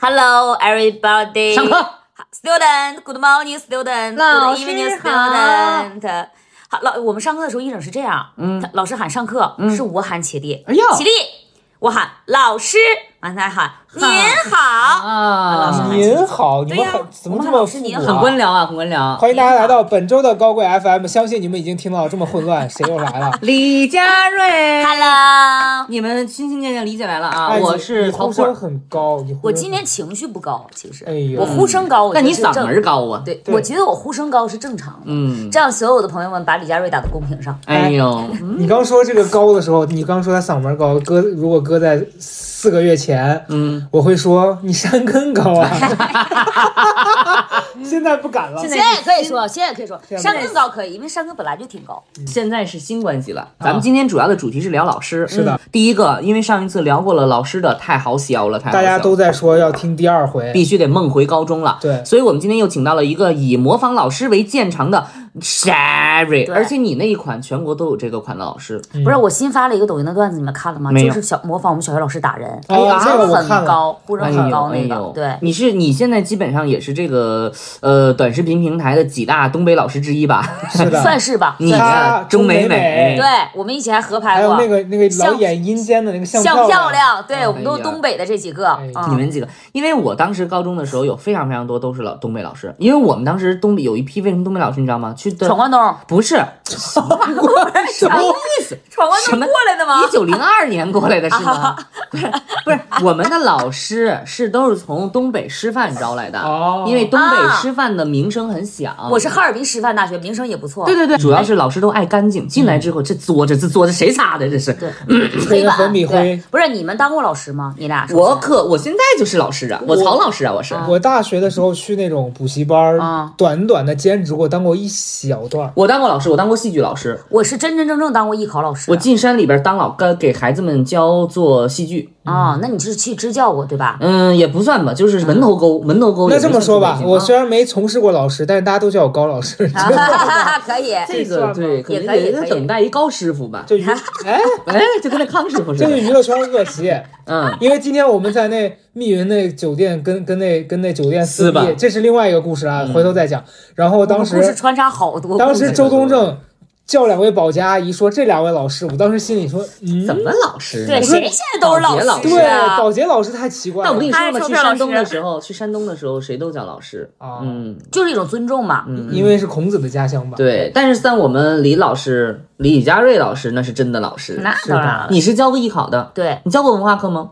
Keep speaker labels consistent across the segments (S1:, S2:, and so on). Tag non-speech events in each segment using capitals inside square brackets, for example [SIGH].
S1: Hello, everybody.
S2: 上课。
S1: Student, good morning, student.
S2: 老
S1: Good
S2: 师
S1: evening,
S2: 好
S1: student. 好，老我们上课的时候一整是这样，
S2: 嗯
S1: 他，老师喊上课，
S2: 嗯
S1: 是我喊起立，
S2: 哎呦
S1: 起立，我喊老师，啊完他喊您好，
S2: 啊，
S1: 老师喊
S3: 您好，你
S1: 对
S3: 们
S1: 呀
S3: 很、怎么
S1: 我们
S3: 这
S1: 老
S3: 么
S1: 师
S3: 复
S1: 您
S3: 古
S1: 好
S2: 很
S3: 啊？
S2: 官僚啊，很官僚。？
S3: 欢迎大家来到本周的高贵 FM，相信你们已经听到这么混乱，谁又来了
S2: 李佳瑞
S1: Hello，
S2: 你们心心念念理解来了 [LAUGHS] 啊，
S3: 哎
S2: 我
S3: 你
S2: 是
S3: 你
S2: 曹
S3: 呼
S2: 坤
S3: 声
S2: 儿。
S3: 很高，你呼声
S1: 我今
S3: 很
S1: 天情绪不高，其实
S3: 哎呦
S1: 我呼声高，我
S2: 那
S1: 觉得
S2: 你
S1: 是
S2: 嗓
S1: 正
S2: 门儿高啊？
S1: 对，
S3: 对
S1: 我觉得我呼声高是正常的。
S2: 嗯，
S1: 这样，所有的朋友们把李佳瑞打到公屏上。
S2: 哎呦，
S3: 你刚说这个高的时候，你刚说他嗓门高，搁如果搁在四个月前，
S2: 嗯，
S3: 我会说你山根高
S2: [LAUGHS]
S3: 啊， [LAUGHS] 现在不敢了。
S2: 现
S1: 现
S2: 在
S1: 在也可以说，现在也可以说，
S3: 现在
S1: 山更高可以，因为山根本来就挺高。
S2: 现在是新关系了。咱们今天主要的主题是聊老师。
S3: 啊是的
S2: 嗯第一个，因为上一次聊过了老师的，太好笑了，太好
S3: 大
S2: 笑了
S3: 家都在说要听第二回，
S2: 必须得梦回高中了。
S3: 对
S2: 所以我们今天又请到了一个以模仿老师为见长的 Sherry，
S1: 对
S2: 而且你那一款全国都有这个款的老师，
S3: 嗯
S1: 不是，我新发了一个抖音的段子，你们看了吗？
S2: 没有
S1: 就是小模仿我们小学老师打人，
S3: 哎呀这个我看
S1: 很
S3: 了
S1: 高，呼声
S2: 哎
S1: 很
S2: 呦
S1: 高
S2: 哎
S1: 那
S2: 呦
S1: 个，，对。
S2: 你是你现在基本上也是这个呃短视频平台的几大东北老师之一
S1: [LAUGHS]
S2: 吧？
S3: 是的，
S1: 算是吧，
S2: 你
S1: 算是
S3: 他
S2: 钟美
S3: 钟
S2: 美
S3: 美美
S1: 对我们以前还合
S3: 还
S1: 拍
S3: 有
S1: 过，
S3: 那个那个老
S1: 像
S3: 演阴间的那个相
S1: 像漂
S3: 漂，
S1: 亮，对我们
S2: 哎
S1: 都是
S2: 呀
S1: 东北的这几个
S3: 哎，
S1: 嗯
S2: 你们几个，因为我当时高中的时候有非常非常多都是老东北老师，因为我们当时东北有一批为什么东北老师你知道吗？去
S1: 闯
S2: 的
S1: 关东，
S2: 不是什么玩意儿 [LAUGHS] 什么意思？
S1: 闯关东
S2: 什么
S1: 过来的吗
S2: 一？九零二年过来的
S1: [LAUGHS]
S2: 是吗？不是，不是，我们的老师是都是从东北师范招来的，
S3: 哦
S2: 因为东北
S1: 啊
S2: 师范的名声很响。
S1: 我是哈尔滨师范大学，名声也不错，
S2: 对对对，主要是老师都爱干净，进来之后这作这这作这谁擦的这是？
S1: 对，
S3: 黑
S1: 黑
S3: 的
S1: 板
S3: 粉笔
S1: 对
S3: 灰。
S1: 不是你们当过老师吗？你俩是不是
S2: 我可我现在就是老师啊，我曹老师啊，我是。
S3: 我大学的时候去那种补习班儿
S1: 啊，
S3: 短短的兼职过，当过一小段儿。
S2: 我当过老师，我当过戏剧老师，
S1: 我是啊真真正正当过艺考老师
S2: 我进山里边当老跟给孩子们教做戏剧，
S1: 啊，那你是去支教过对
S2: [LAUGHS]
S1: 吧？
S2: 嗯，也不算吧，就是门头沟，门头沟也
S3: 那
S2: 没
S3: 这
S2: 算东北行
S3: 么说
S2: 吧。
S3: 吧，
S1: 啊
S3: 我虽然没从事过老师，但是大家都叫我高老师，
S1: [LAUGHS] 可以，
S2: 这
S3: 这算
S2: 个
S3: 吗
S2: 对，可
S1: 也
S2: 能
S1: 可以
S2: 得
S1: 可以
S2: 等待一高师傅吧，
S3: 就娱
S1: 啊
S3: [LAUGHS] 哎，
S2: 哎，就跟那康师傅似
S3: 这就
S2: 的，
S3: 娱乐圈恶习。
S2: 嗯。
S3: 因为今天我们在那密云那酒店跟跟那跟那酒店
S2: 撕
S3: 撕
S2: 吧
S3: 逼，这是另外一个故事啊，回头再讲。然后当
S1: 我们故事
S3: 时
S1: 穿插好多故事，
S3: 当时周东正叫两位保洁阿姨说这两位老师，我当时心里说，
S2: 怎
S3: 嗯，
S2: 么老师呢？啊
S1: 对谁现在都是老
S2: 保洁
S1: 师
S2: 老师
S3: 对，
S1: 啊？
S3: 保洁老师太奇怪
S2: 但我跟你
S3: 了。
S2: 说吧，
S1: 哎
S2: 去山东的时候，去山东的时候，谁都叫老师。
S3: 啊
S2: 嗯，
S1: 就是一种尊重嘛。
S3: 因为是孔子的家乡吧？
S2: 对。但是像我们李老师、李佳瑞老师，那是真的老师。
S1: 那当然了，
S2: 你是教过艺考的，
S1: 对，
S2: 你教过文化课吗？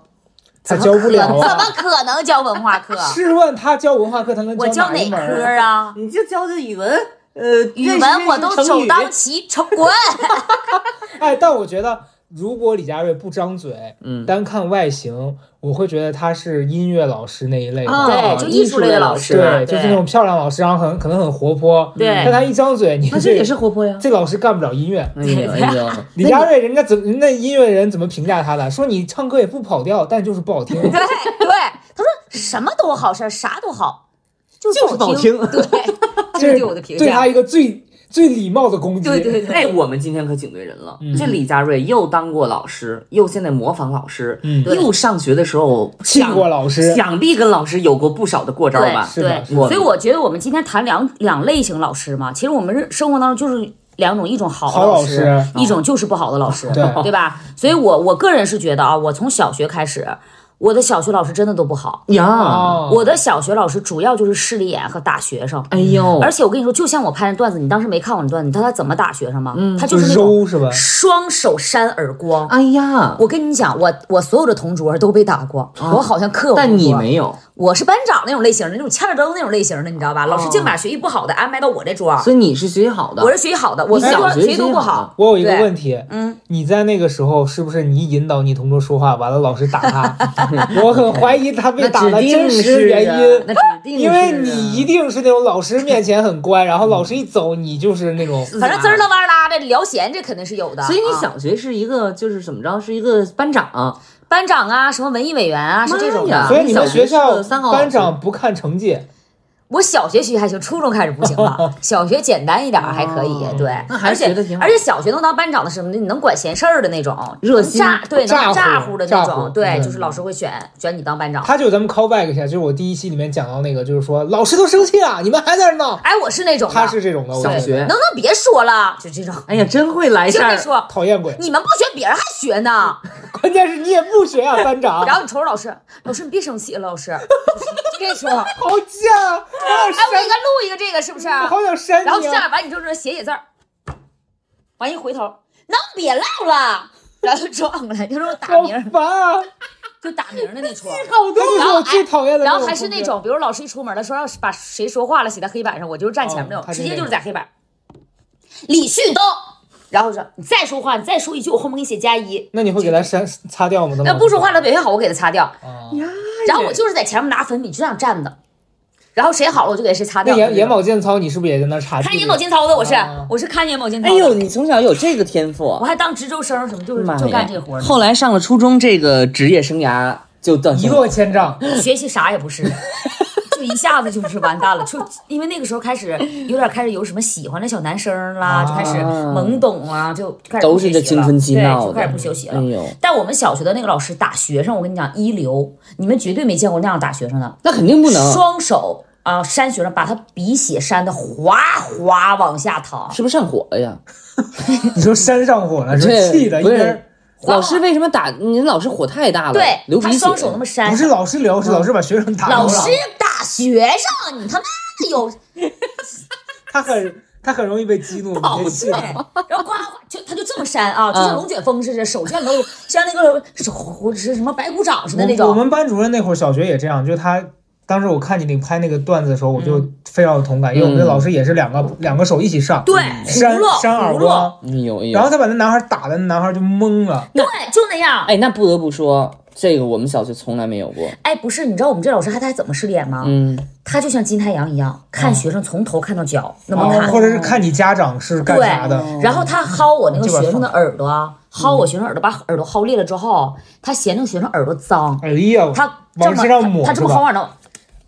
S3: 他教不了
S1: 怎么
S3: 啊。
S1: 可能教文化课？
S3: 试问他教文化课，他能
S1: 啊我教
S3: 教一
S1: 哪
S3: 门
S1: 科
S3: 儿？
S1: 啊？
S2: 你就教的语文，呃，
S1: 语文我都首当其 [LAUGHS] 冲，滚！
S3: 哎，但我觉得如果李佳瑞不张嘴，
S2: 嗯
S3: 单看外形，我会觉得他是音乐老师那一类的。
S2: 啊
S1: 对，嗯就艺术类的老师嘛，
S3: 对，就是那种漂亮老师，然后很可能很活泼，
S1: 对
S3: 但他一张嘴，你
S2: 那这也是活泼呀。
S3: 这老师干不了音乐。
S2: 哎呦哎呦，
S3: 李佳瑞，人家怎么人家音乐人怎么评价他的？说你唱歌也不跑调，但就是不
S1: [LAUGHS]
S3: 好听。
S1: 对对，他说什么都好事儿，啥都 [LAUGHS] 好，就是
S2: 就是不好听
S1: 对，这
S3: 这
S1: 是
S3: 是
S1: 对我的评
S3: 对
S1: 价
S3: 他。一个最最礼貌的攻击。
S1: 对对对，
S2: [LAUGHS] 哎，我们今天可请对人了。
S3: 嗯
S2: 这李佳瑞又当过老师，又现在模仿老师，
S3: 嗯
S2: 又上学的时候
S3: 气
S2: 想
S3: 过老师，
S2: 想必跟老师有过不少的过招
S1: 对
S2: 吧？
S3: 是
S1: 对
S3: 的，
S2: 是的
S1: 所以我觉得我们今天谈两两类型老师嘛，其实我们日生活当中就是两种，一种好
S3: 好
S1: 老
S3: 老
S1: 师，
S2: 嗯
S3: 师
S1: 一种就是不好的老师，
S3: 对
S1: 吧？所以我我个人是觉得啊，我从小学开始，我的小学老师真的都不好，
S2: 呀，
S3: 哦，
S1: 我的小学老师主要就是势利眼和打学生。
S2: 哎呦，
S1: 而且我跟你说，就像我拍的段子，你当时没看我的段子，你知道他怎么打学生吗？
S2: 嗯
S1: 他
S3: 就
S1: 就是那种
S3: 揉是吧？
S1: 双手扇耳光。
S2: 哎呀，
S1: 我跟你讲，我我所有的同桌都被打过，我好像克我。
S2: 啊但你没有，
S1: 我是班长那种类型的，那种欠着灯那种类型的，你知道吧？老师净把学习不好的安排到我这桌儿，
S2: 哦所以你是学习好的
S1: 我。是学习好的，我
S2: 你
S1: 同桌
S2: 小学
S1: 学习都
S2: 习
S1: 不
S2: 好
S1: 好。
S3: 我有一个
S1: 对
S3: 问题，
S1: 嗯，
S3: 你在那个时候是不是你引导你同桌说话，完了老师打
S2: [LAUGHS]
S3: 他？我很怀疑他被
S2: 那
S3: 打
S2: 指
S3: 的
S2: 定
S3: 真
S2: 是
S3: 实原因
S2: 啊，那指定是
S3: 因为
S2: 啊
S3: 你一定是那种老师面前很
S2: [LAUGHS]
S3: 乖，然后老师一走，你就是那种
S2: 啊
S1: 反正滋儿啦哇啦的聊闲，这肯定是有的。
S2: 所以你
S1: 啊、
S2: 小学是一个就是怎么着，是一个班长，
S1: 班长啊，什么文艺委员啊，是这种
S2: 妈呀
S1: 的。
S3: 所以你
S2: 小
S3: 们
S2: 学
S3: 学
S2: 是个
S3: 校
S2: 三好老师
S3: 班长不看成绩，
S1: 我小学学习还行，初中开始不行了。
S2: [LAUGHS]
S1: 小学简单一点儿还可以，
S2: 哦
S1: 对。
S2: 那还
S1: 而
S2: 是
S1: 且
S2: 学得挺好
S1: 而且小学能当班长的什么的，你能管闲事儿的那种，
S2: 热心
S1: 能炸对，
S3: 咋
S1: 能
S3: 呼
S1: 咋呼的
S3: 咋
S1: 那
S3: 呼
S1: 种，对，
S3: 嗯
S1: 就是老师会选选你当班长。
S3: 他就咱们 call back 一下，就是我第一期里面讲到那个，就是说老师都生气了，你们还在那儿闹，
S1: 哎，我是那种的，
S3: 他是这种的，我觉
S2: 小
S3: 得
S2: 学
S1: 能不能别说了？就这种，
S2: 哎呀，真会来
S1: 就
S2: 事
S1: 是
S2: 儿。
S1: 说
S3: 讨厌鬼，
S1: 你们不学，别人还学
S3: [LAUGHS]
S1: 呢。
S3: 关键是你也不学啊，
S2: [LAUGHS]
S3: 班长，
S1: 然后你瞅瞅老师，老师你别生气了，老师，
S3: [LAUGHS]
S1: 就这说。哎，
S3: 好贱啊，好想
S1: 我给
S3: 扇
S1: 他录一个这个是不
S3: [LAUGHS]
S1: 是？
S3: 好想扇
S1: 然后
S3: 你
S1: 下
S3: 啊，
S1: 面完你就这写写字儿，完一回头，能别唠了， [LAUGHS] 然后转过来就是我打
S3: 好
S1: 名儿，
S3: 烦啊，
S1: 就打名儿的那
S3: [LAUGHS]
S1: 出。
S3: 好多就是我最讨厌的
S1: 然
S3: 那
S1: 后
S3: 种
S1: 还
S3: 同
S1: 是
S3: 学，
S1: 那种，比如老师一出门了，说要是把谁说话了写在黑板上，我就是站前面那
S3: 哦他
S1: 种，
S3: 是
S1: 直
S3: 那
S1: 接就
S3: 种
S1: 是在黑板。李旭东，然后说你再说话，你再说一句，我后面给你写加一。
S3: 那你会给他删擦掉吗？
S1: 那不说话了，表现好，我给他擦掉。
S3: 啊，
S1: 然后我就是在前面拿粉笔就这样站着，然后谁好了我就给谁擦
S3: 那
S1: 掉。
S3: 眼眼保健操你是不是也在那儿查？
S1: 看眼保健操的，我是
S3: 啊
S1: 我是看眼保健操
S2: 哎
S1: 的。
S2: 呦，你从小有这个天
S1: 我
S2: 赋，
S1: 还当值周生什么，就是
S2: 妈呀
S1: 就干这活儿呢，
S2: 后来上了初中，这个职业生涯就断
S3: 一
S2: 送了
S3: 落千 [LAUGHS] 丈，
S1: 学习啥也不是。就一下子就是完蛋了，就因为那个时候开始有点开始有什么喜欢的小男生啦，
S3: 啊
S1: 就开始懵懂啊，就开始
S2: 都是这青春期
S1: 对，
S2: 闹的，
S1: 就开始不学习了。
S2: 哎呦，
S1: 但我们小学的那个老师打学生，我跟你讲一流，你们绝对没见过那样打学生的，
S2: 那肯定不能，
S1: 双手啊扇学生，把他鼻血扇的哗哗往下淌，
S2: 是不是上火了呀？
S3: 你说山上火了，说气的，一
S2: 不
S3: 边
S2: 是。老师为什么打你？老师火太大了，
S1: 对
S2: 流
S1: 他
S2: 鼻血。
S1: 双手那么扇，
S3: 不是老师聊，是老师把学生打
S1: 老
S3: 倒
S1: 师
S3: 了。
S1: 打学生，你他妈的有
S3: 他很他很容易被激怒，你别气
S1: 对，
S3: 他。
S1: 然后呱呱就他就这么扇
S3: 嗯
S1: 啊，就像龙卷风似的，手像都像那个手或者是什么白骨爪似的那
S3: 我我
S1: 种。
S3: 们班主任那会儿小学也这样，就他当时我看见你拍那个段子的时候，我就
S1: 嗯
S3: 非常有同感，因为我们的老师也是两个两个手一起上，
S1: 对，
S3: 扇
S1: 葫芦
S3: 扇
S1: 葫
S3: 耳
S1: 芦，
S3: 光，
S2: 哎呦哎呦，
S3: 然后他把那男孩打的，那男孩就懵了。
S1: 对，就那样。
S2: 哎，那不得不说，这个我们小学从来没有过。
S1: 哎，不是，你知道我们这老师他他怎么试点吗？
S2: 嗯，
S1: 他就像金太阳一样，看
S3: 嗯
S1: 学生从头看到脚，那么
S3: 啊
S1: 看，
S3: 或者是看你家长是干啥的，
S1: 然后他薅我那个
S3: 这边
S1: 学生的耳朵，薅
S3: 嗯
S1: 我学生耳朵，把耳朵薅裂了之后，他嫌那个学生耳朵脏，
S3: 哎呀，
S1: 他这
S3: 往
S1: 么
S3: 身上抹
S1: 他他这么
S3: 是
S1: 薅
S3: 吧哎
S1: 往那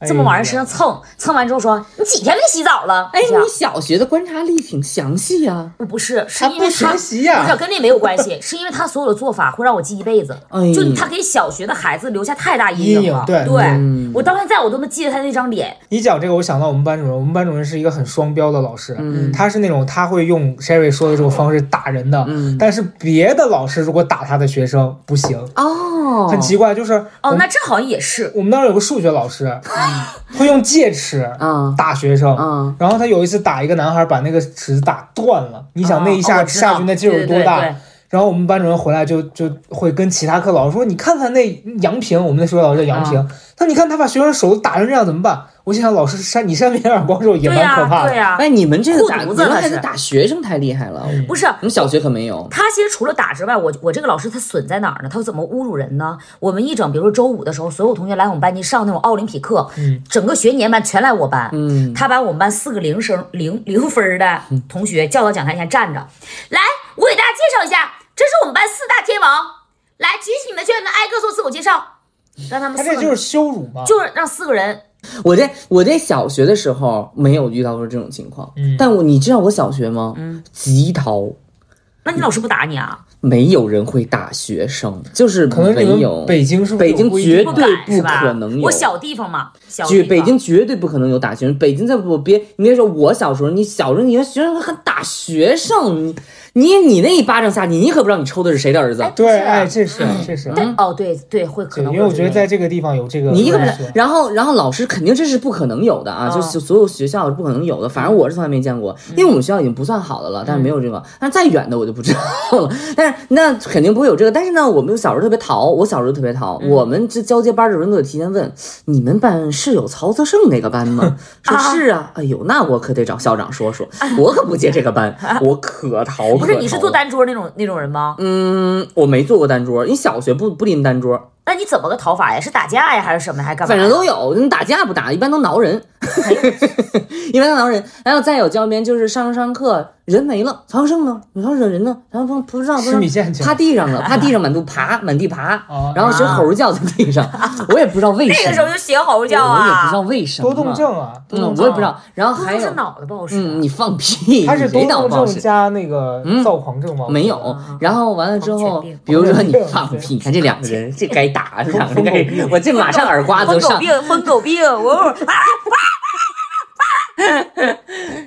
S1: 这么往人身上蹭，蹭完之后说：“你几天没洗澡了？”
S2: 哎，
S1: 这样
S2: 你小学的观察力挺详细啊呀、
S1: 不是，是
S3: 他
S1: 因为
S3: 不
S1: 他
S3: 学习呀
S1: 不是跟这没有关系，是因为他所有的做法会让我记一辈子。
S2: 哎
S1: 就他给小学的孩子留下太大阴
S3: 阴影
S1: 了。
S3: 对嗯
S1: 我到现在我都能记得他那张脸。
S3: 你讲这个，我想到我们班主任，我们班主任是一个很双标的老师，啊
S1: 嗯
S3: 他是那种他会用 Sherry 说的这种方式打人的，
S1: 嗯
S3: 但是别的老师如果打他的学生不行，
S2: 哦
S3: 很奇怪，就是我
S1: 哦，
S3: 们
S1: 那这好像也是。
S3: 我们当时有个数学老师，会用戒尺
S1: 嗯
S2: 啊
S3: 打学生，
S2: 啊！
S3: 然后他有一次打一个男孩，把那个尺子打断了，你想那一
S1: 哦
S3: 下
S1: 我知道
S3: 下去那劲儿有多大？
S1: 对对对
S3: 然后我们班主任回来就就会跟其他课老师说：“你看看那杨平，我们那数学老师叫杨平，
S2: 啊
S3: 那你看他把学生手打成这样怎么办？”我心想，老师扇你扇别人耳光的时候也
S1: 对
S3: 蛮可
S1: 呀，
S3: 怕的。
S1: 对呀。
S2: 哎，你们这个打，
S1: 裤
S2: 你
S1: 犊子
S2: 们
S1: 那是
S2: 还
S1: 嗯
S2: 是打学生太厉害了。
S1: 不是，
S2: 我们小学可没有。
S1: 他其实除了打之外，我我这个老师他损在哪儿呢？他怎么侮辱人呢？我们一整，比如说周五的时候，所有同学来我们班级上那种奥林匹克，
S3: 嗯
S1: 整个学年班全来我班。
S2: 嗯，
S1: 他把我们班四个零生零零分儿的同学叫到讲台前站着，来，我给大家介绍一下，这是我们班四大天王，来举起你们的卷子，挨个做自我介绍，让他们
S3: 他
S1: 四
S3: 这
S1: 个
S3: 就是羞辱嘛。
S1: 就是让四个人
S2: 我在我在小学的时候没有遇到过这种情况。
S3: 嗯
S2: 但我你知道我小学吗？
S1: 嗯
S2: 极淘，
S1: 那你老师不打你啊？
S2: 没有人会打学生，就是
S3: 可能
S2: 没
S3: 你
S2: 有
S3: 们北京是不是
S2: 北
S3: 有
S2: 京
S3: 规
S2: 绝
S3: 定
S1: 不
S3: 啊
S2: 对
S1: 敢是吧
S2: 不可能有
S1: 我小地方嘛，小地
S2: 绝
S1: 方
S2: 北京绝对不可能有打学生，北京再不别，你别说我小时候，你小时候你看学生还打学生，你你你那一巴掌下去，你可不知道你抽的是谁的儿子，
S1: 哎
S3: 对，
S1: 是
S3: 哎，
S2: 啊
S3: 这是
S2: 嗯
S3: 这是，
S1: 对哦，对对，会可
S3: 对，
S1: 能
S3: 因
S1: 会
S3: 为我觉得
S1: 这
S3: 在
S1: 样
S3: 这个地方有这个，
S2: 你一个不
S3: 对嗯
S2: 是，然后然后老师肯定这是不可能有的啊，
S1: 哦
S2: 就就所有学校是不可能有的，反正我是从来没见过，因为我们学校已经不算好的了，但是没有
S3: 嗯
S2: 这个，但再远的我就不知道了，但是那肯定不会有这个，但是呢，我们小时候特别淘，我小时候特别淘，
S3: 嗯
S2: 我们这交接班的人都得提前问，你们班是有曹泽胜那个班
S3: [LAUGHS]
S2: 吗？说是啊，哎呦，那我可得找校长说说，
S3: 啊
S2: 我可不接这个
S3: [LAUGHS]
S2: 班，我可淘可淘，嗯
S1: 不是你是坐单桌那种那种人吗？
S2: 嗯，我没做过单桌，因为小学不不拎单桌，
S1: 那你怎么个讨法呀？是打架呀，还是什么，还是干嘛
S2: 反
S1: 呀？
S2: 正都有，你打架不打，一般都挠人，
S1: 哎
S2: [LAUGHS] 一般都挠人。然后再有教鞭就是上上课人没了，曹尚胜呢？曹尚胜人呢？曹尚胜不知道，不知
S3: 吃
S2: 道
S3: 米线去
S2: 趴地上了，趴地上满地爬，满地爬
S3: 哦，
S2: 然后学猴叫在地上，我也不知道为
S1: 啊那
S2: 什
S1: 个时候
S2: 么，
S1: 就学猴叫
S2: 我也不知
S1: 啊，
S2: 道为什么，
S3: 多动，症啊，多
S2: 嗯
S3: 动，症
S2: 我也不知道。然后还
S1: 是
S2: 有，
S1: 脑子不好使啊。
S2: 嗯，你放屁，
S3: 他是
S2: 你
S3: 多
S2: 别当我不好
S3: 动症
S2: 使
S3: 加那个
S2: 嗯
S3: 躁狂症吗？
S2: 没有
S1: 啊，
S2: 然后完了之
S1: 狂
S2: 后
S1: 犬病，
S2: 比如说你
S3: 狂犬病
S2: 放屁，你看这两个人，这该打，这两个
S3: 疯狗
S2: 人该
S3: 病，
S2: 我这马上耳刮子
S1: 疯
S2: 都
S1: 狗
S2: 上。
S1: 病，疯狗病，我偶尔啊，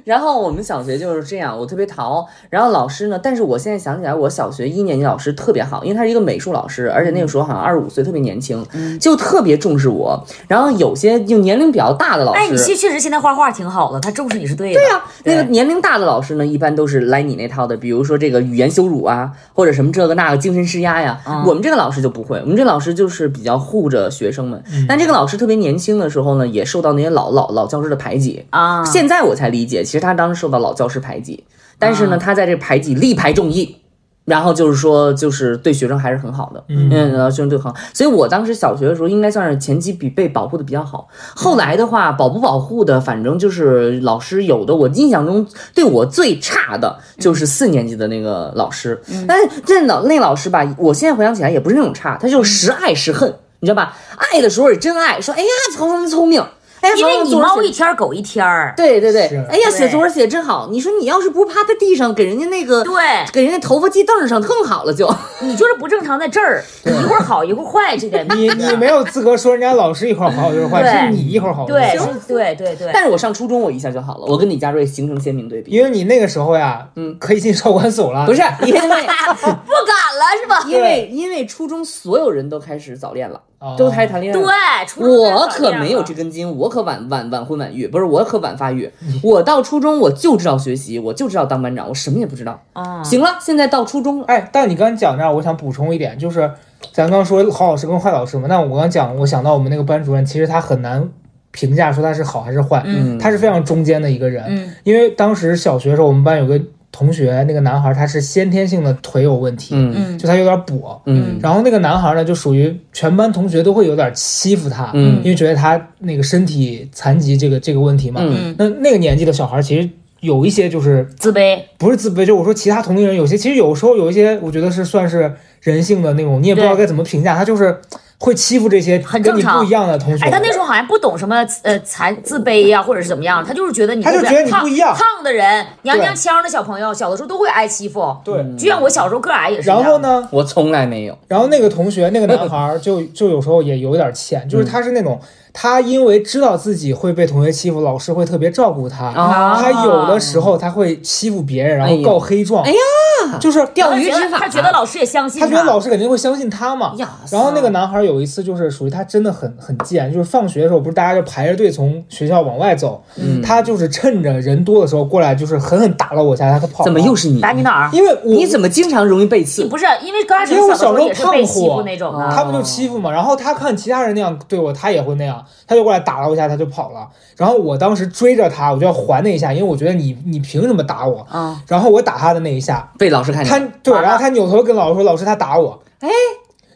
S2: 然后我们小学就是这样，我特别淘。然后老师呢，但是我现在想起来，我小学一年级老师特别好，因为他是一个美术老师，而且那个时候好像二十五岁，特别年轻，就特别重视我。然后有些就年龄比较大的老师，
S1: 哎，你确确实现在画画挺好的，他重视你是对的。
S2: 对呀、那个年龄大的老师呢，一般都是来你那套的，比如说这个语言羞辱啊，或者什么这个那个精神施压呀。我们这个老师就不会，我们这老师就是比较护着学生们。但这个老师特别年轻的时候呢，也受到那些老老老教师的排挤。
S1: 啊，
S2: 现在我才理解，其实他当时受到老教师排挤，但是呢，
S1: 啊
S2: 他在这排挤力排众议。然后就是说，就是对学生还是很好的，
S3: 嗯
S2: 嗯，然后学生对很好，所以我当时小学的时候应该算是前期比被保护的比较好。
S1: 嗯
S2: 后来的话，保不保护的，反正就是老师有的，我印象中对我最差的
S1: 嗯
S2: 就是四年级的那个老师，但是这老那老师吧，我现在回想起来也不是那种差，他
S1: 嗯
S2: 就是时爱时恨，你知道吧？爱的时候是真爱，说哎呀，曹什么聪明，哎呀，
S1: 因为你
S2: 曹操
S1: 猫
S2: 做人
S1: 一天儿狗一天儿，
S2: 对对对
S3: 是，
S2: 哎呀，
S1: 对
S2: 写作文写真好。你说你要是不趴在地上给人家那个，
S1: 对
S2: 给人家头发系凳上更好了就，
S1: 你就是不正常在这
S2: [LAUGHS]
S1: 儿，一会儿好一会儿坏，这点
S3: 你你没有资格说人家老师一会儿好一会儿坏，
S1: 对
S3: 是你一会儿好一会儿
S1: 对
S3: 坏。
S1: 对对对，
S2: 但是我上初中我一下就好了，我跟李佳瑞形成鲜明对比。
S3: 因为你那个时候呀，嗯，可以进少管所了。
S2: 不是
S1: [LAUGHS]
S2: 因为
S1: 不敢了是吧？
S2: 因为因为初中所有人都开始早恋了，
S3: 哦，
S2: 都开始谈恋爱了。
S1: 对，除了
S2: 我
S1: 这个
S2: 可没有这根筋，我可晚晚晚婚晚育，不是我可晚发育。我到初中我就知道学习，我就知道当班长，我什么也不知道。
S1: 啊，
S2: 行了，现在到初中了，
S3: 哎，但你刚讲这儿，我想补充一点，就是咱刚说好老师跟坏老师嘛，那我刚讲，我想到我们那个班主任，其实他很难评价说他是好还是坏，
S1: 嗯
S3: 他是非常中间的一个人。
S1: 嗯
S3: 因为当时小学的时候，我们班有个同学，那个男孩他是先天性的腿有问题，
S2: 嗯
S1: 嗯
S3: 就他有点跛。
S2: 嗯
S3: 然后那个男孩呢，就属于全班同学都会有点欺负他，
S2: 嗯
S3: 因为觉得他那个身体残疾这个这个问题嘛。
S2: 嗯
S1: 嗯，
S3: 那那个年纪的小孩其实有一些就是
S1: 自卑，
S3: 不是自卑，就我说其他同龄人有些，其实有时候有一些，我觉得是算是人性的那种，你也不知道
S1: 对
S3: 该怎么评价，他就是会欺负这些
S1: 很
S3: 跟
S1: 正
S3: 你
S1: 常
S3: 不一样的同学。
S1: 哎，他那时候好像不懂什么呃残自卑呀、或者是怎么样，他就是觉得你
S3: 他就
S1: 不
S3: 觉得你不一样
S1: 胖胖的人娘
S3: 对
S1: 娘腔的小朋友，小的时候都会挨欺负，
S3: 对，
S1: 就像我小时候个矮也是。
S3: 然后？呢，
S2: 我从来没有。
S3: 然后那个同学，那个男孩儿就就有时候也有点
S1: 嗯
S3: 欠，就是他是那种他因为知道自己会被同学欺负，老师会特别照顾他，
S2: 啊
S3: 他有的时候他会欺负别人，然
S2: 哎
S3: 后
S2: 呦
S3: 告黑状，
S2: 哎
S3: 呀，就是
S2: 钓
S1: 他
S2: 鱼
S1: 觉
S2: 执
S1: 得
S2: 法，
S1: 他觉得老师也相信
S3: 他觉得老师肯定会相信他嘛。
S2: 啊呀，啊
S3: 然后那个男孩有一次就是属于他真的很很贱，就是放学的时候不是大家就排着队从学校往外走，
S2: 嗯
S3: 他就是趁着人多的时候过来，就是狠狠打了我一下，他跑了。
S2: 怎么又是你？
S1: 打你哪儿？
S3: 因为我
S2: 你怎么经常容易背刺？
S1: 不是因为刚开始
S3: 因为我
S1: 小
S3: 小
S1: 的
S3: 时
S1: 时
S3: 候
S1: 候也是被欺
S3: 胖
S1: 负
S3: 过
S1: 那种
S2: 啊
S1: 的，
S3: 他们就欺负嘛，然后他看其他人那样对我，他也会那样，他就过来打了我一下，他就跑了。然后我当时追着他，我就要还他一下，因为我觉得你你凭什么打我？
S1: 啊，
S3: 然后我打他的那一下，
S2: 被老师看
S3: 他
S2: 见，
S3: 对，
S1: 完了
S3: 然后他扭头跟老师说：“老师，他打我。”哎，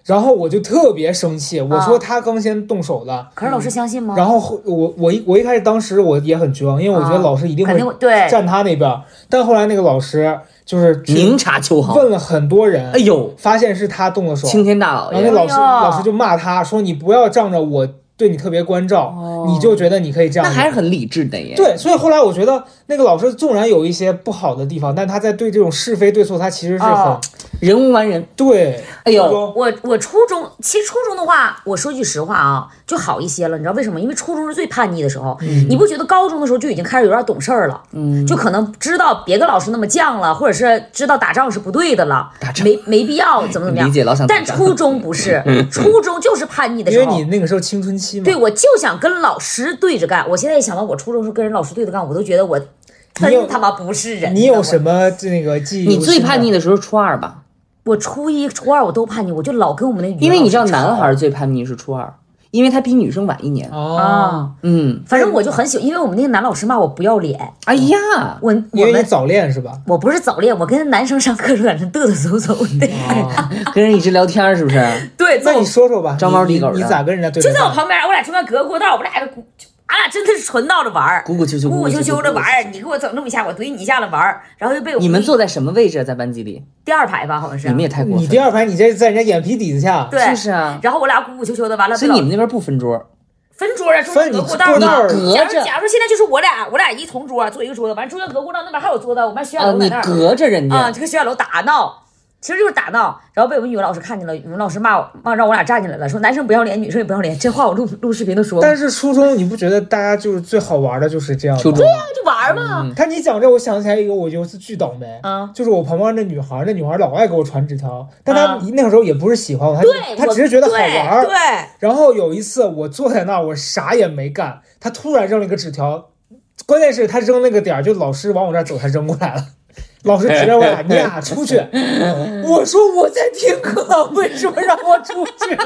S3: 然后我就特别生气，我
S1: 嗯
S3: 说他刚先动手的，
S1: 可是老师相信吗？
S3: 然后后我我一我一开始当时我也很绝望，因为我觉得
S1: 啊
S3: 老师一定
S1: 肯定
S3: 会
S1: 会对，
S3: 站他那边儿，但后来那个老师就是去
S2: 明察秋毫。
S3: 问了很多人
S2: 哎，呦，
S3: 发现是他动的手，
S2: 青天大老
S3: 然后那
S2: 爷，
S3: 老师
S1: 哎呦
S3: 老师就骂他说你不要仗着我对你特别关照，
S1: 哦
S3: 你就觉得你可以这
S2: 那
S3: 样。
S2: 还是很理智的耶。，
S3: 对，所以后来我觉得那个老师纵然有一些不好的地方，但他在对这种是非对错，他其实是很、
S1: 哦
S2: 人无完人。
S3: 对。
S2: 哎
S3: 初
S2: 呦，
S3: 中
S1: 我我初中其实初中的话，我说句实话啊，就好一些了。你知道为什么？因为初中是最叛逆的时候，
S2: 嗯
S1: 你不觉得高中的时候就已经开始有点懂事儿了？嗯，就可能知道别跟老师那么犟了，或者是知道打仗是不对的了，
S2: 打仗
S1: 没没必要怎么怎么样。
S2: 理解老想打
S1: 但
S2: 仗嗯
S1: 初中不是，初中就是叛逆的
S3: 因
S1: 时
S3: 为
S1: 候。
S3: 你那个时候青春期嘛，
S1: 对，我就想跟老师对着干。我现在一想到我初中时候跟人老师对着干，我都觉得我
S3: 你有
S1: 真他妈不是人。
S3: 你有
S1: 么？
S3: 什么那个记忆？
S2: 你最叛逆，的时候是初二吧？
S1: 我初一、初二我都叛逆，我就老跟我们那语文
S2: 因为你知道
S1: 老师吵
S2: 男孩最叛逆是初二，因为他比女生晚一年。
S3: 哦，
S1: 啊。
S2: 嗯，
S1: 反正我就很喜欢，因为我们那个男老师骂我不要脸，
S2: 哎
S3: [LAUGHS]
S2: 呀，
S1: 我
S3: 因
S1: 我
S3: 为你
S1: 们
S3: 早恋是吧？
S1: 我不是早恋，我跟男生上课就在那嘚嘚嗖嗖的，
S2: 哦
S3: 啊，
S2: 跟人一直聊天是不是？
S1: [LAUGHS] 对，
S3: [LAUGHS] 那
S1: 就
S3: 你说说吧，
S2: 张猫
S3: 你
S2: 递狗的
S3: 你你咋跟人家对着
S1: 就
S3: 干？
S1: 在我旁边，我俩中间隔个过道，我俩还就俺俩真的是纯闹着玩儿，
S2: 鼓鼓秋秋，
S1: 鼓鼓秋秋的玩
S2: 儿。
S1: 儿，你给我整那么一下，我怼你一下子玩儿，然后又被我
S2: 你们坐在什么位置啊？在班级里，
S1: 第二排吧，好像是
S2: 你们也太过
S3: 你
S2: 分
S3: 第
S2: 了，
S3: 二排，你这在人家眼皮底子下，
S1: 对，
S2: 是不是啊？
S1: 然后我俩鼓鼓秋秋的，完了
S2: 所
S1: 被老
S2: 以你们那边不分桌，
S1: 分桌啊，中间
S3: 分
S1: 隔
S3: 你
S1: 过道
S3: 道
S1: 呢。
S3: 儿
S2: 隔
S1: 假如
S2: 着
S1: 假如现在就是我俩，我俩一同桌啊坐一个桌子，完了中间隔过道那边还有桌子，我们班学
S2: 啊，
S1: 院楼在
S2: 你
S1: 那儿
S2: 隔着
S3: 嗯
S2: 人
S1: 啊，
S2: 家，
S1: 就跟学院楼打闹，其实就是打闹，然后被我们语文老师看见了，语文老师骂我，骂让我俩站起来了，说男生不要脸，女生也不要脸，这话我录录视频都说过，
S3: 但是初中你不觉得大家就是最好玩的就是这样
S2: 初
S3: 吗
S2: 中？嗯
S1: 就玩嘛，
S3: 他你讲这，我想起来一个，我有一次巨倒霉，
S1: 啊，
S3: 就是我旁边那女孩，那女孩老爱给我传纸条，但她
S1: 啊
S2: 嗯
S3: 那个时候也不是喜欢我，她
S1: 对，
S3: 她
S1: 我
S3: 只是觉得好
S1: 对
S3: 玩儿。
S1: 对，
S3: 然后有一次我坐在那儿，我啥也没干，她突然扔了一个纸条，关键是她扔那个点儿，就老师往我这儿走，她扔过来了。 [LAUGHS] 老师指着我俩，你俩出去。我说我在听课，为什么让我出去？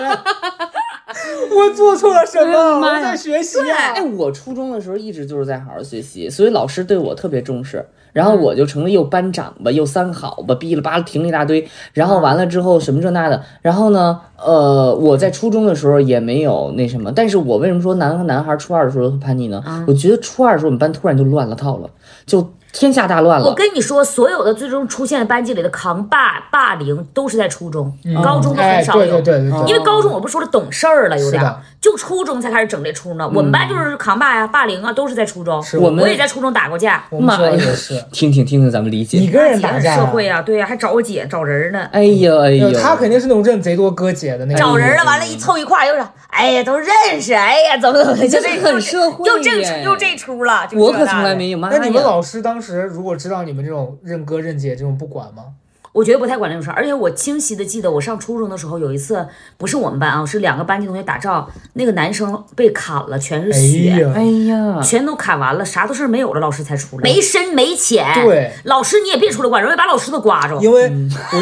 S3: 我做错了什么？我在学习啊。
S2: 哎，我初中的时候一直就是在好好学习，所以老师对我特别重视，然后我就成了又班长吧，又三好吧，哔哩吧啦停了一大堆，然后完了之后什么这那的，然后呢，呃，我在初中的时候也没有那什么，但是我为什么说男和男孩初二的时候叛逆呢？我觉得初二的时候我们班突然就乱了套了，就天下大乱
S1: 我
S2: 了。
S1: 跟你说，所有的最终出现班级里的扛霸霸凌都是在初中，高中都
S3: 哎，
S1: 很少
S3: 对
S1: 有
S3: 对。对对对
S1: 啊因为高中我不说了懂事儿了，有点
S3: 是
S1: 儿
S3: 的，嗯
S1: 就初中才开始整这出呢。我们班就是扛霸呀、霸凌啊，都是在初中。
S3: 是
S2: 我们
S1: 我也在初中打过架，
S3: 我们学校
S2: 妈呀
S3: 也是，
S2: 听听听听咱们理
S3: 你
S2: 解。
S3: 跟人打
S1: 姐
S3: 架，
S1: 社会啊，对呀、还找我姐找人呢，
S2: 哎呦哎呦，
S3: 他肯定是那种认贼多哥姐
S2: 哎
S3: 的那种。
S1: 找人了，完了，一
S2: 嗯
S1: 凑一块儿又是，哎呀，都认识，哎呀，怎么怎么，就这
S2: 这很社会
S1: 又这
S2: 耶
S1: 又这出了。就
S2: 我
S1: 这
S2: 可
S1: 那
S2: 从来
S1: 的
S2: 没有。妈
S3: 那你们
S2: 呀
S3: 老师当时如果知道你们这种认哥认姐这种不管吗？
S1: 我觉得不太管这种事儿，而且我清晰的记得，我上初中的时候有一次，不是我们班啊，是两个班级同学打仗，那个男生被砍了，全是
S3: 哎
S1: 血，
S2: 哎
S3: 呀，
S2: 呀，
S1: 全都砍完了，啥都是没有了，老师才出来，没深没浅。
S3: 对，
S1: 老师你也别出来管，容易把老师都刮着，
S3: 因为我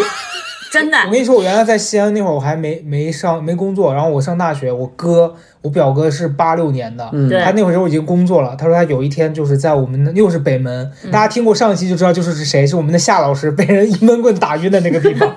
S1: 真的
S3: 我。跟你说，我原来在西安那会儿，我还没没上没工作，然后我上大学，我哥我表哥是八六年的，
S2: 嗯
S1: 对
S3: 他那会儿时候已经工作了。他说他有一天就是在我们的又是北门，大家听过上一期就知道，就是是谁是我们的夏老师被人 [LAUGHS] 一闷棍打晕的那个地方，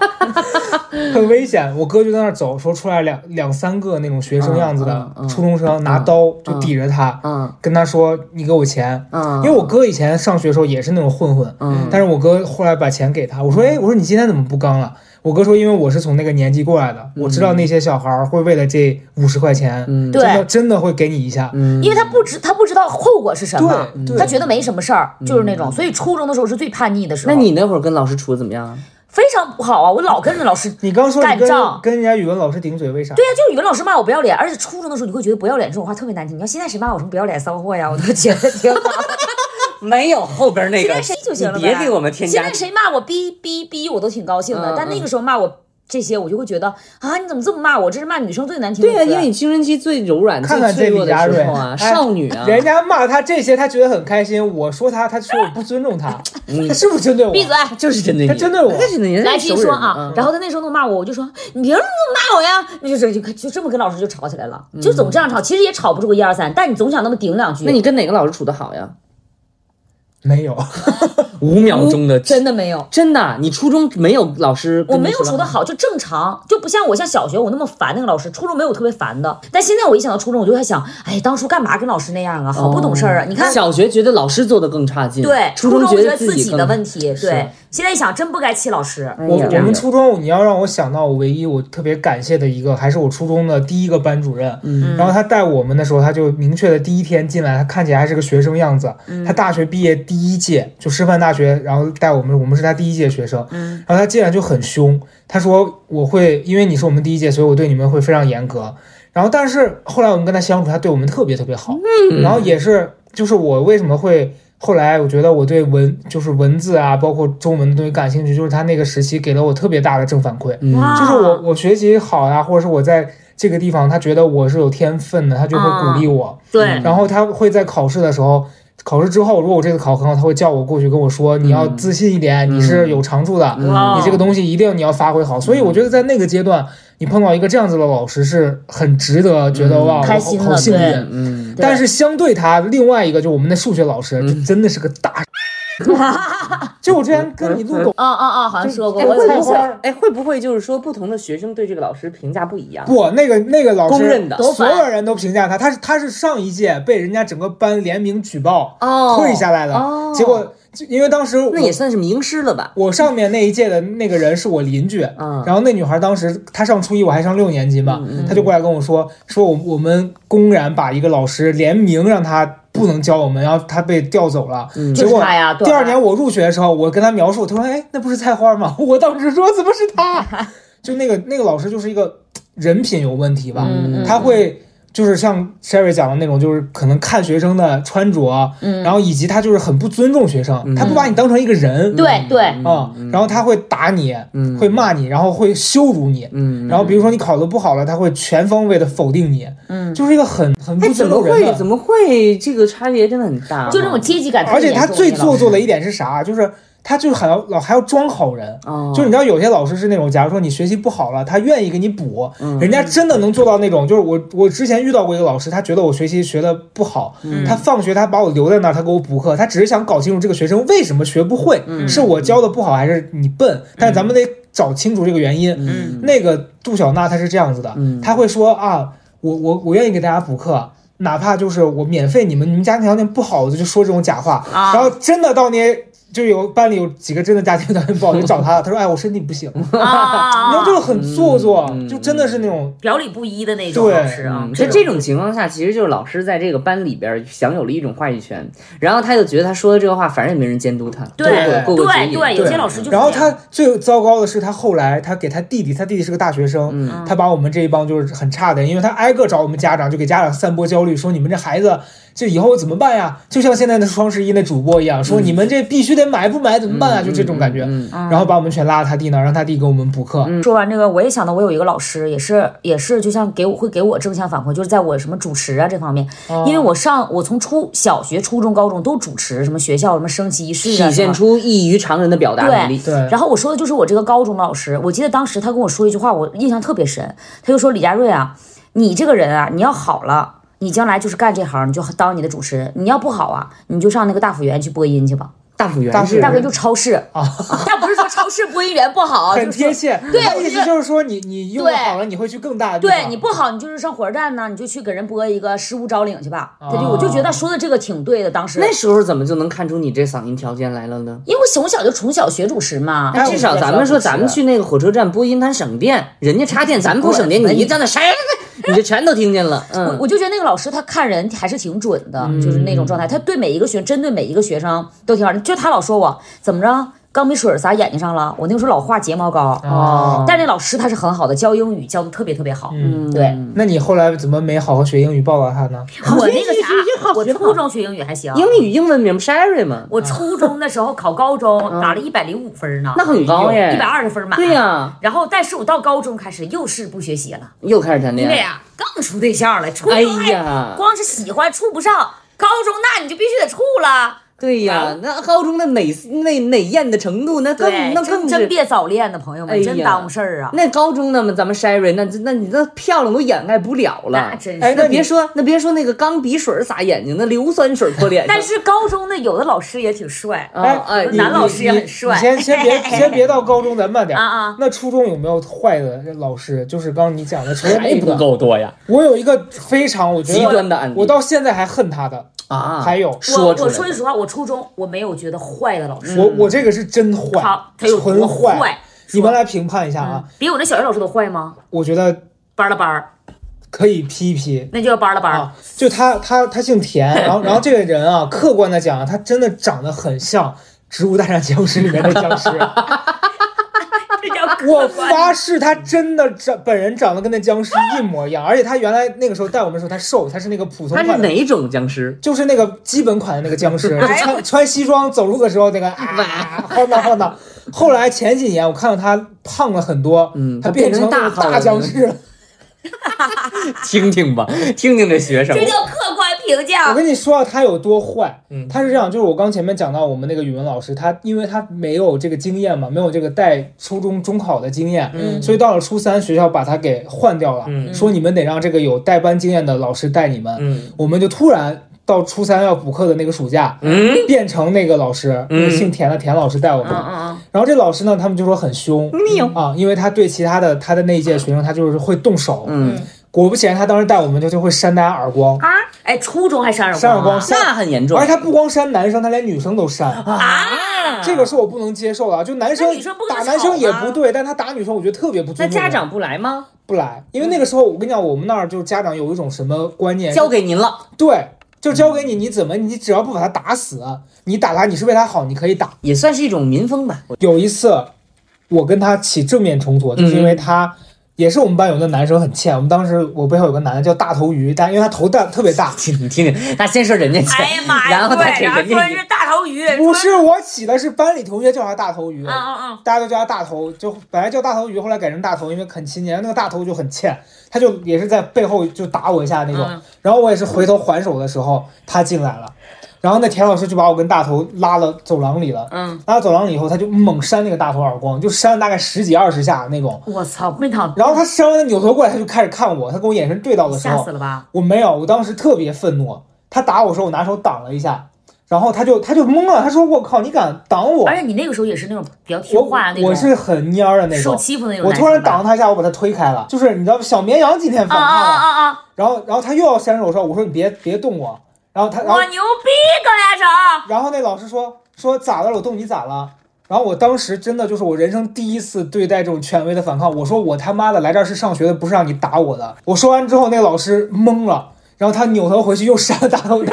S3: 很危险。我哥就在那儿走，说出来两两三个那种学生样子的
S2: 嗯嗯嗯
S3: 初中生拿刀就抵着他，
S2: 嗯
S3: 跟他说你给我钱，
S2: 嗯，
S3: 因为我哥以前上学的时候也是那种混混，
S2: 嗯
S3: 但是我哥后来把钱给他，我说，哎，我说你今天怎么不刚了？我哥说，因为我是从那个年纪过来的，我知道那些小孩儿会为了这五十块钱，
S2: 嗯
S3: 真的
S1: 对，
S3: 真的会给你一下，
S2: 嗯
S1: 因为他不知他不知道后果是什么
S3: 对对，
S1: 他觉得没什么事儿，就是那种。所以初中的时候是最叛逆的时候，
S2: 嗯那你那会儿跟老师处的怎么样啊？
S1: 非常不好啊！我老跟着老师
S3: 你刚说你
S1: 干
S3: 跟
S1: 仗
S3: 跟人家语文老师顶嘴，为啥？
S1: 对呀、就语文老师骂我不要脸，而且初中的时候你会觉得不要脸这种话特别难听。你要现在谁骂我什么不要脸骚货呀，我都觉得 [LAUGHS] 挺好。
S2: 没有后边那
S1: 现在谁 [LAUGHS] 就行了呗，现在谁骂我逼逼逼，我都挺高兴的。
S2: 嗯
S1: 但那个时候骂我这些，我就会觉得啊，你怎么这么骂我？这是骂女生最难听的
S2: 对啊
S1: 词。啊
S2: 呀、因为你青春期最柔软、
S3: 看看
S2: 最脆
S3: 这
S2: 弱
S3: 李
S2: 的
S3: 佳
S2: 时
S3: 瑞
S2: 候啊， [LAUGHS]
S3: 哎
S2: 少女啊，
S3: 人家骂他这些，他觉得很开心。我说他，他说我不尊
S2: [LAUGHS]
S3: 重他，他是不是针对我？
S1: 闭嘴。
S2: 就是针对你，
S3: 他针对我
S2: 他针对你，
S1: 来继
S2: 他哎是
S1: 续
S2: 熟
S1: 说
S2: 人嗯
S1: 啊，，然后他那时候都骂我，我就说你凭什么骂我呀？那就这就就这么跟老师就吵起来了，就总这样吵，其实也吵不出个一二三，但你总想那么顶两句。
S2: 嗯那你跟哪个老师处的好呀？
S3: 没有，
S2: 五秒钟的
S1: 真的没有，
S2: 真的，你初中没有老师跟
S1: 我
S2: 你
S1: 没有处
S2: 处
S1: 的
S2: 得，
S1: 好，就正常，就不像我像小学我那么烦那个老师，初中没有特别烦的。但现在我一想到初中，我就在想，哎，当初干嘛跟老师那样啊？好不懂事儿啊！你看，
S2: 小学觉得老师做的更差劲，
S1: 对，
S2: 初
S1: 初中
S2: 觉
S1: 觉得
S2: 自
S1: 自己
S2: 更
S1: 的问题，对，现在一想真不该气老师。
S2: 哎呀
S3: 我
S2: 这
S3: 我
S2: 样
S3: 们初中，你要让我想到我唯一我特别感谢的一个，还是我初中的第一个班主任。嗯，然后他带我们的时候，他就明确的第一天进来，他看起来还是个学生样子。他大学毕业第一届就师范大学，然后带我们，我们是他第一届学生。嗯，然后他进来就很凶，他说我会因为你是我们第一届，所以我对你们会非常严格。然后但是后来我们跟他相处，他对我们特别特别好。嗯，然后也是就是我为什么会。后来我觉得我对文就是文字啊，包括中文的东西感兴趣，就是他那个时期给了我特别大的正反馈，
S1: 哇
S3: 就是我我学习好呀、或者是我在这个地方他觉得我是有天分的，他就会鼓励我，
S1: 对
S3: 然后他会在考试的时候。考试之后，如果我这次考很好，他会叫我过去跟我说，你要自信一点，你是有长处的，
S1: 哇
S3: 你这个东西一定你要发挥好。所以我觉得在那个阶段，你碰到一个这样子的老师是很值得觉得哇，我
S1: 开
S3: 好
S1: 心
S3: 好
S1: 的
S3: 幸
S1: 对
S3: 运。
S2: 嗯，
S1: 对
S3: 但是相对他另外一个，就我们的数学老师，就真的是个
S2: [LAUGHS]
S3: 大，就我之前跟你
S2: 嗯
S3: 录抖
S1: 哦哦哦，好像说过，
S2: 哎，
S1: 我有
S2: 会不
S1: 印
S2: 会
S1: 象。？
S2: 哎，会不会就是说不同的学生对这个老师评价不一样？
S3: 不，那个那个老师
S2: 公认的
S1: 都
S3: 所
S1: 反
S3: 有人都评价他，他是他是上一届被人家整个班联名举报
S2: 哦
S3: 退下来
S2: 哦
S3: 了，结果就因为当时我
S2: 那也算是名师了吧？
S3: 我上面那一届的那个人是我邻居，
S2: 嗯
S3: 然后那女孩当时她上初一，我还上六年级嘛，
S1: 嗯
S3: 她就过来跟我说，说我我们公然把一个老师联名让他不能教我们，然后他被调走了，结
S1: 嗯就是
S3: 果
S1: 他呀对
S3: 第二年我入学的时候，我跟他描述，他说，哎，那不是菜花吗？ [LAUGHS] 我当时说怎么是
S1: [LAUGHS]
S3: 他？就那个那个老师就是一个人品有问题吧，
S1: 嗯嗯
S3: 他会。就是像 Sherry 讲的那种，就是可能看学生的穿着，
S1: 嗯
S3: 然后以及他就是很不尊重学生，他不把你当成一个人，
S1: 对对，
S3: 啊、然后他会打你，会骂你，然后会羞辱你，
S2: 嗯
S3: 然后比如说你考得不好了，他会全方位的否定你，嗯，就是一个很很
S2: 哎，
S3: 不
S2: 怎
S3: 尊
S2: 么
S3: 重人
S2: 会？
S3: 的。
S2: 怎么会？这个差别真的很大哈，啊
S1: 就这种阶级感特
S3: 而
S1: 别
S3: 且
S1: 严重。
S3: 他最
S1: 那
S3: 做作的一点是啥？就是他就是还要老还要装好人。
S2: 哦，
S3: 就你知道，有些老师是那种，假如说你学习不好了，他愿意给你补，人家真的能做到那种。就是我，我之前遇到过一个老师，他觉得我学习学的不好，他放学他把我留在那儿，他给我补课，他只是想搞清楚这个学生为什么学不会，是我教的不好还是你笨？但咱们得找清楚这个原因。那个杜小娜她是这样子的，她会说啊，我我我愿意给大家补课。哪怕就是我免费你们，你们家庭条件不好，我就说这种假话，
S1: 啊
S3: 然后真的到那就有班里有几个真的家庭条件不好，就找他了。他说：“哎，我身体不行。”你知
S1: 种啊啊，
S3: 道，
S1: 啊
S3: 就是很做作
S2: 嗯嗯，
S3: 就真的是那种
S1: 表里不一的那种
S3: 对
S1: 老师啊
S2: 嗯，，在
S1: 这
S2: 这种情况下，其实就是老师在这个班里边享有了一种话语权，然后他就觉得他说的这个话，反正也没人监督他，
S1: 对
S2: 过过过嘴
S1: 对对，
S2: 瘾。
S1: 有些老师就是这
S3: 然
S1: 样。
S3: 后他最糟糕的是，他后来他给他弟弟，他弟弟是个大学生，
S1: 嗯
S3: 他把我们这一帮就是很差的人，因为他挨个找我们家长，就给家长散播焦虑，说你们这孩子这以后怎么办呀？就像现在的双十一那主播
S1: 嗯
S3: 一样，说你们这必须得买，不买怎么办啊？就这种感觉。
S2: 嗯
S3: 然后把我们全拉到他弟那儿，让他弟给我们补课。
S1: 说完这个，我也想到我有一个老师，也是也是，就像给我会给我正向反馈，就是在我什么主持啊这方面，
S3: 哦
S1: 因为我上我从初小学、初中、高中都主持什么学校什么升旗仪式啊，
S2: 体现出异于常人的表达能力。
S3: 对，
S1: 然后我说的就是我这个高中老师，我记得当时他跟我说一句话，我印象特别深。他就说：“李佳瑞啊，你这个人啊，你要好了，你将来就是干这行，你就当你的主持人；你要不好啊，你就上那个大辅员去播音去吧。
S2: 大辅
S3: 大
S2: 员
S3: 辅
S2: 是
S3: 员
S1: 大哥 [LAUGHS] 就超市啊，但不是说超市播音员不好啊，
S3: 哦很
S1: 就是
S3: 贴
S1: 说
S3: 切。
S1: 对
S3: 他
S1: 我
S3: 意
S1: 觉得
S3: 思就是说你你用的
S1: 对
S3: 好了，你会去更大的地
S1: 对
S2: 啊
S3: 方。
S1: 你不好，你就是上火车站呢，你就去给人播一个失物招领去吧。他就我就觉得他说的这个挺对的，当时
S2: 啊那时候怎么就能看出你这嗓音条件来了呢？
S1: 因为从小就从小学主持嘛，
S2: 至少咱哎们说，咱们去那个火车站播音，它省电，人家插电，咱们不省电，
S1: 滚
S2: 你一站那谁，你就全都听见了。
S1: 我
S2: 嗯，
S1: 我就觉得那个老师他看人还是挺准的，就是那种状态，他对每一个学针对每一个学生都挺好的。就他老说我怎么着，钢笔水撒眼睛上了，我那个时候老画睫毛膏。
S2: 哦
S1: 但那老师他是很好的，教英语教的特别特别好。
S3: 嗯
S1: 对，
S3: 那你后来怎么没好好学英语报答他呢？
S1: 我那个
S2: 学英语
S1: 啥，
S2: 好
S1: 我
S2: 学好
S1: 初中学英语还行，
S2: 英语英文名 Sherry 嘛，
S1: 我初中的时候考高中打了一百零五分呢，
S2: 啊那很高耶
S1: 一百二十分满。
S2: 对呀
S1: 然后但是我到高中开始又是不学习了，
S2: 又开始谈
S1: 因
S2: 恋
S1: 为
S2: 爱。
S1: 啊更处对象了，初
S2: 哎
S1: 中还
S2: 呀，
S1: 光是喜欢处不上，高中那你就必须得处了。
S2: 对
S1: 啊
S2: 呀，那高中的美美美艳的程度，那更
S1: 对，
S2: 那
S1: 真
S2: 更
S1: 真
S2: 是。
S1: 别早恋呢，朋友
S2: 哎
S1: 们，
S2: 呀
S1: 真耽误事儿啊。
S2: 那高中那么咱们 Sherry，那那你那漂亮都掩盖不了了。
S1: 那真是
S2: 哎，那
S3: 那你
S2: 别说那别说那个钢笔水洒眼睛，那硫酸水泼脸上。
S1: 但是高中的有的老师也挺帅，
S2: 哦，哎，
S1: 呃男老师也很
S3: 你
S1: 帅
S3: 你先先
S1: [LAUGHS]
S3: 别先别到高中，咱慢点
S1: 啊啊。
S3: 那初中有没有坏的老师？就是刚刚你讲的，除了
S2: 还
S3: 那
S2: 哎不
S3: 个，
S2: 够多呀
S3: 我有一个非常我觉
S2: 极端
S3: 得
S2: 的案例
S3: 我到现在还恨他的。
S2: 啊！
S3: 还有
S1: 我
S2: 说出
S1: 我
S2: 来
S1: 说句实话，我初中我没有觉得坏的老师，
S3: 我我这个是真坏
S1: 好，，他有多
S3: 嗯纯
S1: 坏。嗯
S3: 你们来评判一下啊，
S1: 比我那小学老师都坏吗？
S3: 我觉得
S1: 班了班儿，
S3: 可以批一批。
S1: 那就要班了班儿。
S3: 啊，就他他他姓田，然后然后这个人啊，客观的讲，他真的长得很像《植物大战僵尸》里面的僵尸。
S1: [LAUGHS] 这叫
S3: 我
S1: 客观
S3: 发誓，他真的长本人长得跟那僵尸一模一样，而且他原来那个时候带我们的时候，他瘦，他是那个普通
S2: 他是
S3: 款的，
S2: 哪种僵尸？
S3: 就是那个基本款的那个僵尸，就
S1: 哎
S3: 穿穿西装走路的时候那个啊，晃荡晃荡。后来前几年我看到他胖了很多，
S2: 嗯
S3: 他
S2: 他变
S3: 变
S2: 成
S3: 成那
S2: 大
S3: 个
S2: 号了
S3: 大僵尸了。
S2: 听听吧，听听这学生
S1: 这叫客观评评价
S3: 我。跟你说啊，他有多坏，
S2: 嗯
S3: 他是这样，就是我刚前面讲到我们那个语文老师，他因为他没有这个经验嘛，没有这个带初中中考的经验，
S1: 嗯
S3: 所以到了初三，学校把他给换掉了，
S2: 嗯
S3: 说你们得让这个有带班经验的老师带你们，
S2: 嗯
S3: 我们就突然。到初三要补课的那个暑假，
S2: 嗯，
S3: 变成那个老师，
S2: 嗯
S3: 那个姓田的田老师带我们。
S1: 嗯嗯
S3: 然后这老师呢，他们就说很凶，
S2: 哎
S3: 啊，因为他对其他的他的那一届学生，他就是会动手。
S2: 嗯，
S3: 果不其然，他当时带我们就就会扇大家耳光
S1: 嗯，啊！哎，初中还扇耳
S3: 扇耳
S1: 光
S3: 光
S1: 啊，
S2: 那很严重
S3: 而且他不光扇男生，他连女生都扇，
S1: 啊
S3: 这个是我不能接受的啊。就男生
S1: 那女生不跟他
S3: 打男生也
S1: 吵吗
S3: 不对，但他打女生，我觉得特别不
S2: 那
S3: 尊重人。
S2: 家长不来吗？
S3: 不来，因为那个时候我跟你讲，我们那儿就家长有一种什么观念，
S2: 交给您了，
S3: 对，就交给你，你怎么你只要不把他打死，你打他你是为他好，你可以打。
S2: 也算是一种民风吧。
S3: 有一次，我跟他起正面冲突，就是因为他。也是我们班有个男生很欠，我们当时我背后有个男的叫大头鱼，但因为他头大特别大，
S2: 听你听听，他先说人家
S1: 哎呀
S2: 钱，
S1: 妈
S2: 然
S1: 呀，
S2: 后
S1: 对
S2: 他给，
S1: 然后
S2: 人
S1: 突
S2: 家
S1: 然是大头鱼，
S3: 不是我起的，是班里同学叫他大头鱼，
S1: 嗯嗯
S3: 大家都叫他大头，就本来叫大头鱼，后来改成大头，因为很亲年那个大头就很欠，他就也是在背后就打我一下那种。
S1: 嗯
S3: 然后我也是回头还手的时候，他进来了，然后那田老师就把我跟大头拉了走廊里了。
S1: 嗯
S3: 拉到走廊里以后，他就猛扇那个大头耳光，就扇了大概十几二十下那种。
S1: 嗯，我操，没躺，
S3: 然后他扇完，他扭头过来，他就开始看我，他跟我眼神对到的时
S1: 吓
S3: 候
S1: 死，了吧？
S3: 我没有，我当时特别愤怒。他打我时候，我拿手挡了一下，然后他就他就懵了，他说：“我靠，你敢挡我
S1: 而且你那个时候也是那种比较哎听
S3: 我
S1: 话那种，
S3: 我是很蔫儿的那
S1: 受
S3: 种。
S1: 欺负的那种
S3: 我
S1: 男生吧。
S3: 突然挡了他一下，我把他推开了。就是你知道小绵羊今天
S1: 啊
S3: 反
S1: 啊
S3: 抗了，
S1: 啊啊啊！
S3: 然后然后他又要伸手说，我说你别别动我。然后他然后
S1: 我牛逼，高家长，
S3: 然后那老师说说咋了？我动你咋了？然后我当时真的就是我人生第一次对待这种权威的反抗。我说我他妈的来这儿是上学的，不是让你打我的。我说完之后，那个老师懵了，然后他扭头回去又扇了大头鱼。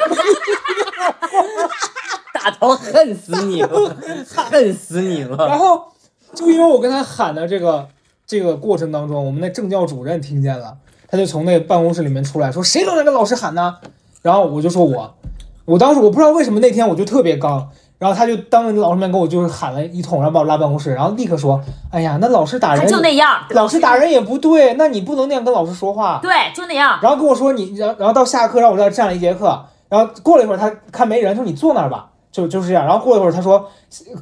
S2: 大头恨死你了，恨死你
S3: 然
S2: 了。
S3: 后就因为我跟他喊的这个这个过程当中，我们的政教主任听见了，他就从那办公室里面出来说：“谁刚才跟老师喊呢？”然后我就说我，我当时我不知道为什么那天我就特别刚，然后他就当着老师面跟我就是喊了一通，然后把我拉办公室，然后立刻说：“哎呀，那老师打
S1: 他
S3: 人，
S1: 就那样儿，
S3: 老师打人也不对，那你不能那样跟老师说话。
S1: 对，就那样儿。
S3: 然后跟我说你，然后然后到下课让我在这儿站了一节课，然后过了一会儿他看没人，说你坐那儿吧，就就是这样。然后过了一会儿他说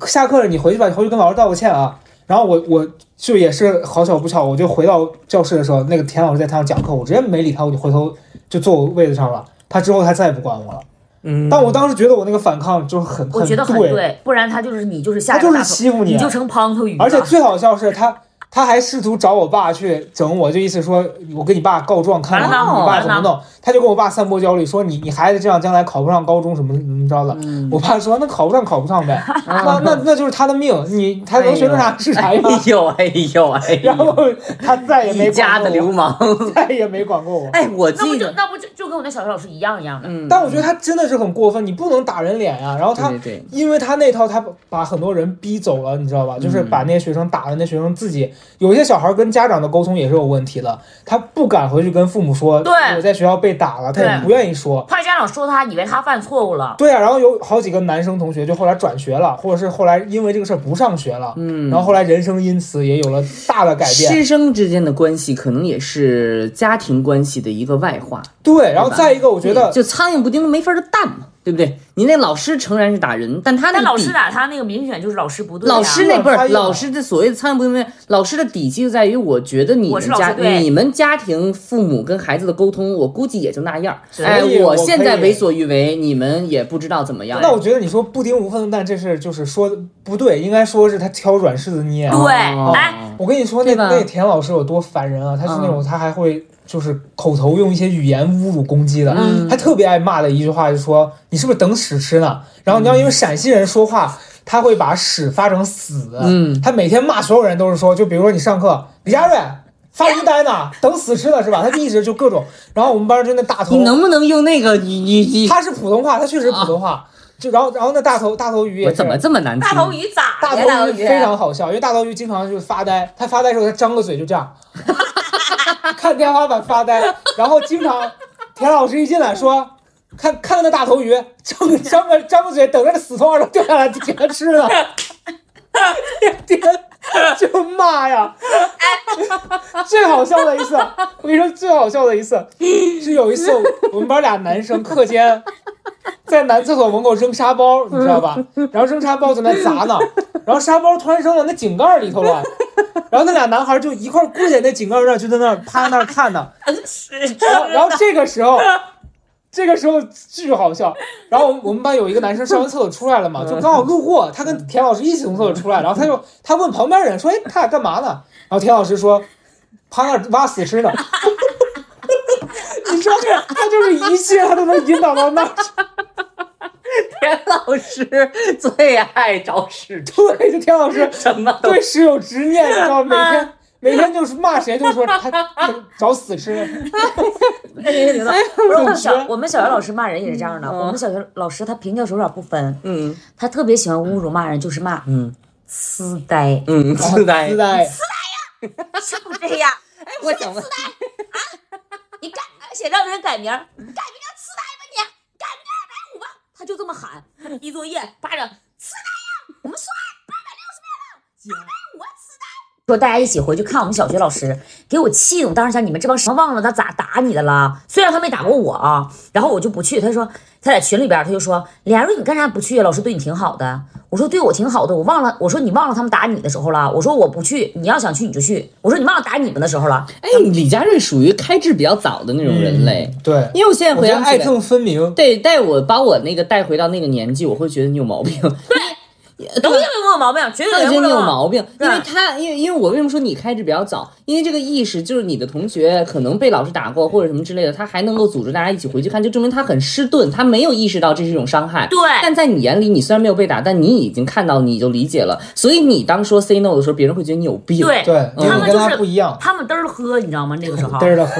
S3: 下课了，你回去吧，你回去跟老师道个歉啊。然后我我就也是好巧不巧，我就回到教室的时候，那个田老师在台上讲课，我直接没理他，我就回头就坐我位子上了。他之后他再也不管我了。
S2: 嗯
S3: 但我当时觉得我那个反抗就是很
S1: 我觉得很
S3: 对，
S1: 对，不然他就是你就是下
S3: 他
S1: 一个
S3: 就是
S1: 大头
S3: 欺负啊
S1: 你就成胖头鱼了，
S3: 而且最好笑是他，他还试图找我爸去整我，就意思说我跟你爸告状，看你
S1: 完了
S3: 你爸怎
S1: 完了
S3: 么弄。他就跟我爸散播焦虑，说你你孩子这样将来考不上高中什么怎么着的。
S2: 嗯
S3: 我爸说那考不上考
S2: [LAUGHS]
S3: 不上呗，那那那就是他的命，你他能学成啥是啥
S2: 哎
S3: 样。
S2: 呦哎呦哎
S3: [LAUGHS] 然后
S2: 呦，
S3: 他再也
S2: 一
S3: 没
S2: 家
S3: 管
S2: 的
S3: 过
S2: 流
S3: 我，
S2: 氓。
S3: 再也没管过我。
S2: 哎，我
S1: 那不
S2: 记
S1: 就
S2: 得，
S1: 那不就就跟我那小学老师一样一样的，
S2: 嗯，
S3: 但我觉得他真的是很过分，你不能打人脸呀、然后他
S2: 对对嗯对
S3: 因为他那套，他把很多人逼走了，你知道吧？就是把那些学生打了，那学生自己有一些小孩跟家长的沟通也是有问题的，他不敢回去跟父母说，
S1: 对
S3: 我在学校被打了，他也
S1: 对
S3: 不愿意说。
S1: 怕家长说他，以为他犯错误了。
S3: 对啊，然后有好几个男生同学就后来转学了，或者是后来因为这个事儿不上学了，嗯，然后后来人生因此也有了大的改变。
S2: 师生之间的关系可能也是家庭关系的一个外化。
S3: 对，然后再一个，我觉得
S2: 就苍蝇不叮没法儿的蛋嘛，对不对？你那老师诚然是打人，但他那
S1: 但老
S2: 底
S1: 师打他那个明显就是老师不对、啊，
S2: 老师那
S3: 啊
S2: 不是
S3: 苍蝇
S2: 老师的所谓的苍蝇不叮没，老师的底气就在于，我觉得你
S1: 我
S2: 们
S1: 是老
S2: 家
S1: 师对
S2: 你们家庭父母跟孩子的沟通，我估计也就那样儿。
S1: 所以
S2: 哎，
S3: 我可以
S2: 现在为所欲为，你们也不知道怎么样。
S3: 那我觉得你说不丁无缝蛋这事儿就是说的不对，应该说是他挑软柿子捏。
S1: 对，
S2: 哦
S1: 哎，
S3: 我跟你说，那
S2: 对吧嗯
S3: 那田老师有多烦人啊！他是那种他还会就是口头用一些语言侮辱攻击的，
S2: 嗯
S3: 他特别爱骂的一句话就说：“你是不是等屎吃呢？”然后你知道，因为陕西人说话，他会把屎发成死，
S2: 嗯，
S3: 他每天骂所有人都是说，就比如说你上课，李佳瑞发什么呆呢？等死吃呢是吧？他就一直就各种，然后我们班就那大头
S2: 你，能不能用那个你你你，
S3: 他是普通话，他确实普通话，就然后然后那大头大头鱼也
S2: 我
S3: 是
S2: 怎么这么难听
S1: 大？头鱼咋
S3: 嗯大
S1: 的呀？大
S3: 头
S1: 头
S3: 鱼
S1: 鱼
S3: 非
S1: [LAUGHS]
S3: 常好笑，因为大头鱼经常就是发呆，他发呆的时候他张个嘴就这样， [LAUGHS] 看天花板发呆，然后经常田老师一进来说。看看那大头鱼，张个张个张个嘴，等着死从二楼掉下来给他吃了。天天就骂呀。最好笑的一次，我跟你说，最好笑的一次是有一次我们班俩男生课间 [LAUGHS] 在男厕所门口扔沙包，你知道吧？然后扔沙包在那砸呢，然后沙包突然扔到那井盖里头了，然后那俩男孩就一块儿跪在那井盖那儿，就在那儿趴那儿看呢。然后，然
S1: 啊
S3: 后这个时候，这个时候巨好笑。然后我们班有一个男生上完厕所出来了嘛，就刚好路过，他跟田老师一起从厕所出来，然后他就他问旁边人说：“哎，他俩干嘛呢？”然后田老师说：“趴那儿挖死尸呢。” [LAUGHS] 你知道这他就是一切他都能引导到那儿去，
S2: 田老师最爱找事做，
S3: [LAUGHS] 对，就田老
S2: [LAUGHS]
S3: 师
S2: 什么都
S3: 对屎有
S2: [LAUGHS]
S3: 执念，你知道每
S2: 啊
S3: 天。每天就是骂谁就说他他找死吃，
S1: 不是我们小我们小学老师骂人也是这样的，
S3: 嗯
S1: 我们小学老师他平翘手爪不分，
S2: 嗯
S1: 他特别喜欢侮辱骂人，就是骂
S2: 嗯
S1: 痴呆，
S2: 嗯，自带
S3: 自带
S1: 是不是这样？
S2: 哎，我想问，
S1: 你改想让人改名儿，你改名叫痴呆吧你，改名叫二百五吧，他就这么喊，他批作业巴掌痴呆呀，我们算八百六十遍了，二百五啊痴呆。说大家一起回去看我们小学老师，给我气的！我当时想你们这帮什么忘了他咋打你的了？虽然他没打过我啊，然后我就不去。他说他在群里边他就说俩人你干啥不去啊？老师对你挺好的。我说对我挺好的，我忘了我说你忘了他们打你的时候了。我说我不去，你要想去你就去。我说你忘了打你们的时候了。
S2: 哎，李佳瑞属于开智比较早的那种人类，
S3: 对，
S2: 因为我现在
S3: 我
S2: 回
S3: 觉得
S2: 想
S3: 爱
S2: 起来，
S3: 憎分明。
S2: 对，带我把我那个带回到那个年纪，我会觉得你有毛病，
S1: 都因为我有毛病，绝
S2: 他
S1: 对
S2: 觉得
S1: 有
S2: 你有
S1: 毛病。
S2: 毛病，
S1: 对
S2: 因为他，因为因为我为什么说你开智比较早？因为这个意识就是你的同学可能被老师打过或者什么之类的，他还能够组织大家一起回去看，就证明他很迟钝，他没有意识到这是一种伤害。
S1: 对
S2: 但在你眼里，你虽然没有被打，但你已经看到，你就理解了。所以你当说 say no 的时候，别人会觉得你有病。
S1: 对，
S3: 对，
S1: 他们
S3: 你跟
S1: 就
S3: 他
S1: 是
S3: 不一样，
S1: 他们嘚儿喝，你知道吗？那个时候
S3: 嘚儿
S2: [LAUGHS]
S3: 的喝。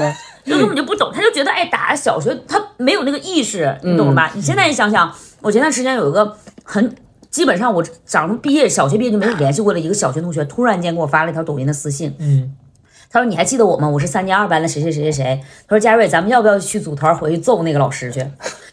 S1: 就根本就不懂，他就觉得哎，打小学他没有那个意识，你懂了吧？你现在想想，我前段时间有一个很。基本上我长从毕业小学毕业就没有联系过的一个小学同学，突然间给我发了一条抖音的私信，
S3: 嗯，
S1: 他说：“你还记得我吗？我是三年二班的谁谁谁谁谁。”他说：“佳瑞，咱们要不要去组团回去揍那个老师去？”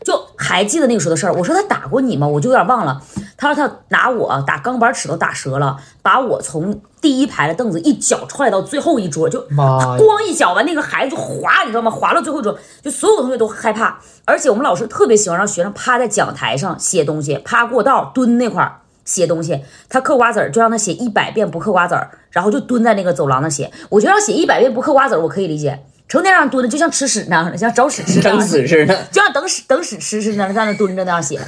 S1: 就还记得那个时候的事儿。我说他打过你吗？我就有点忘了。他说他拿我打钢板尺头打折了，把我从第一排的凳子一脚踹到最后一桌，就
S3: 妈呀，
S1: 咣一脚完，那个孩子就滑，你知道吗？滑到最后一桌，就所有同学都害怕。而且我们老师特别喜欢让学生趴在讲台上写东西，趴过道蹲那块儿写东西。他嗑瓜子儿就让他写一百遍不嗑瓜子儿，然后就蹲在那个走廊那写。我觉得要写一百遍不嗑瓜子儿，我可以理解。成天让人蹲着，就像吃屎那样的，像找屎吃那样
S2: 等
S1: 的，
S2: 死似的，
S1: 就像等屎等屎吃似的，在那蹲着那样写，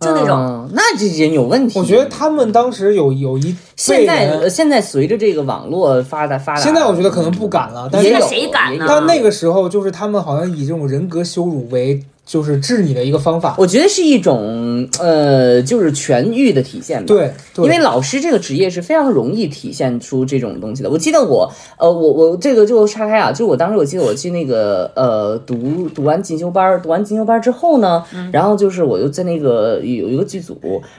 S1: 就那种。
S2: 嗯，那这人有问题。
S3: 我觉得他们当时有有一辈
S2: 现在
S3: 人
S2: 呃，现在随着这个网络发达发达，
S3: 现在我觉得可能不敢了，但
S2: 也
S1: 现
S3: 是
S1: 在
S2: 有
S1: 谁敢呢
S2: 也有
S3: 但那个时候就是他们好像以这种人格羞辱为就是治你的一个方法。
S2: 我觉得是一种呃，就是痊愈的体现吧。
S3: 对，对
S2: 因为老师这个职业是非常容易体现出这种东西的。我记得我，呃，我我这个就岔开啊，就是我当时我记得我去那个呃读读完进修班儿，读完进修班儿之后呢，
S3: 嗯
S2: 然后就是我就在那个有一个剧组，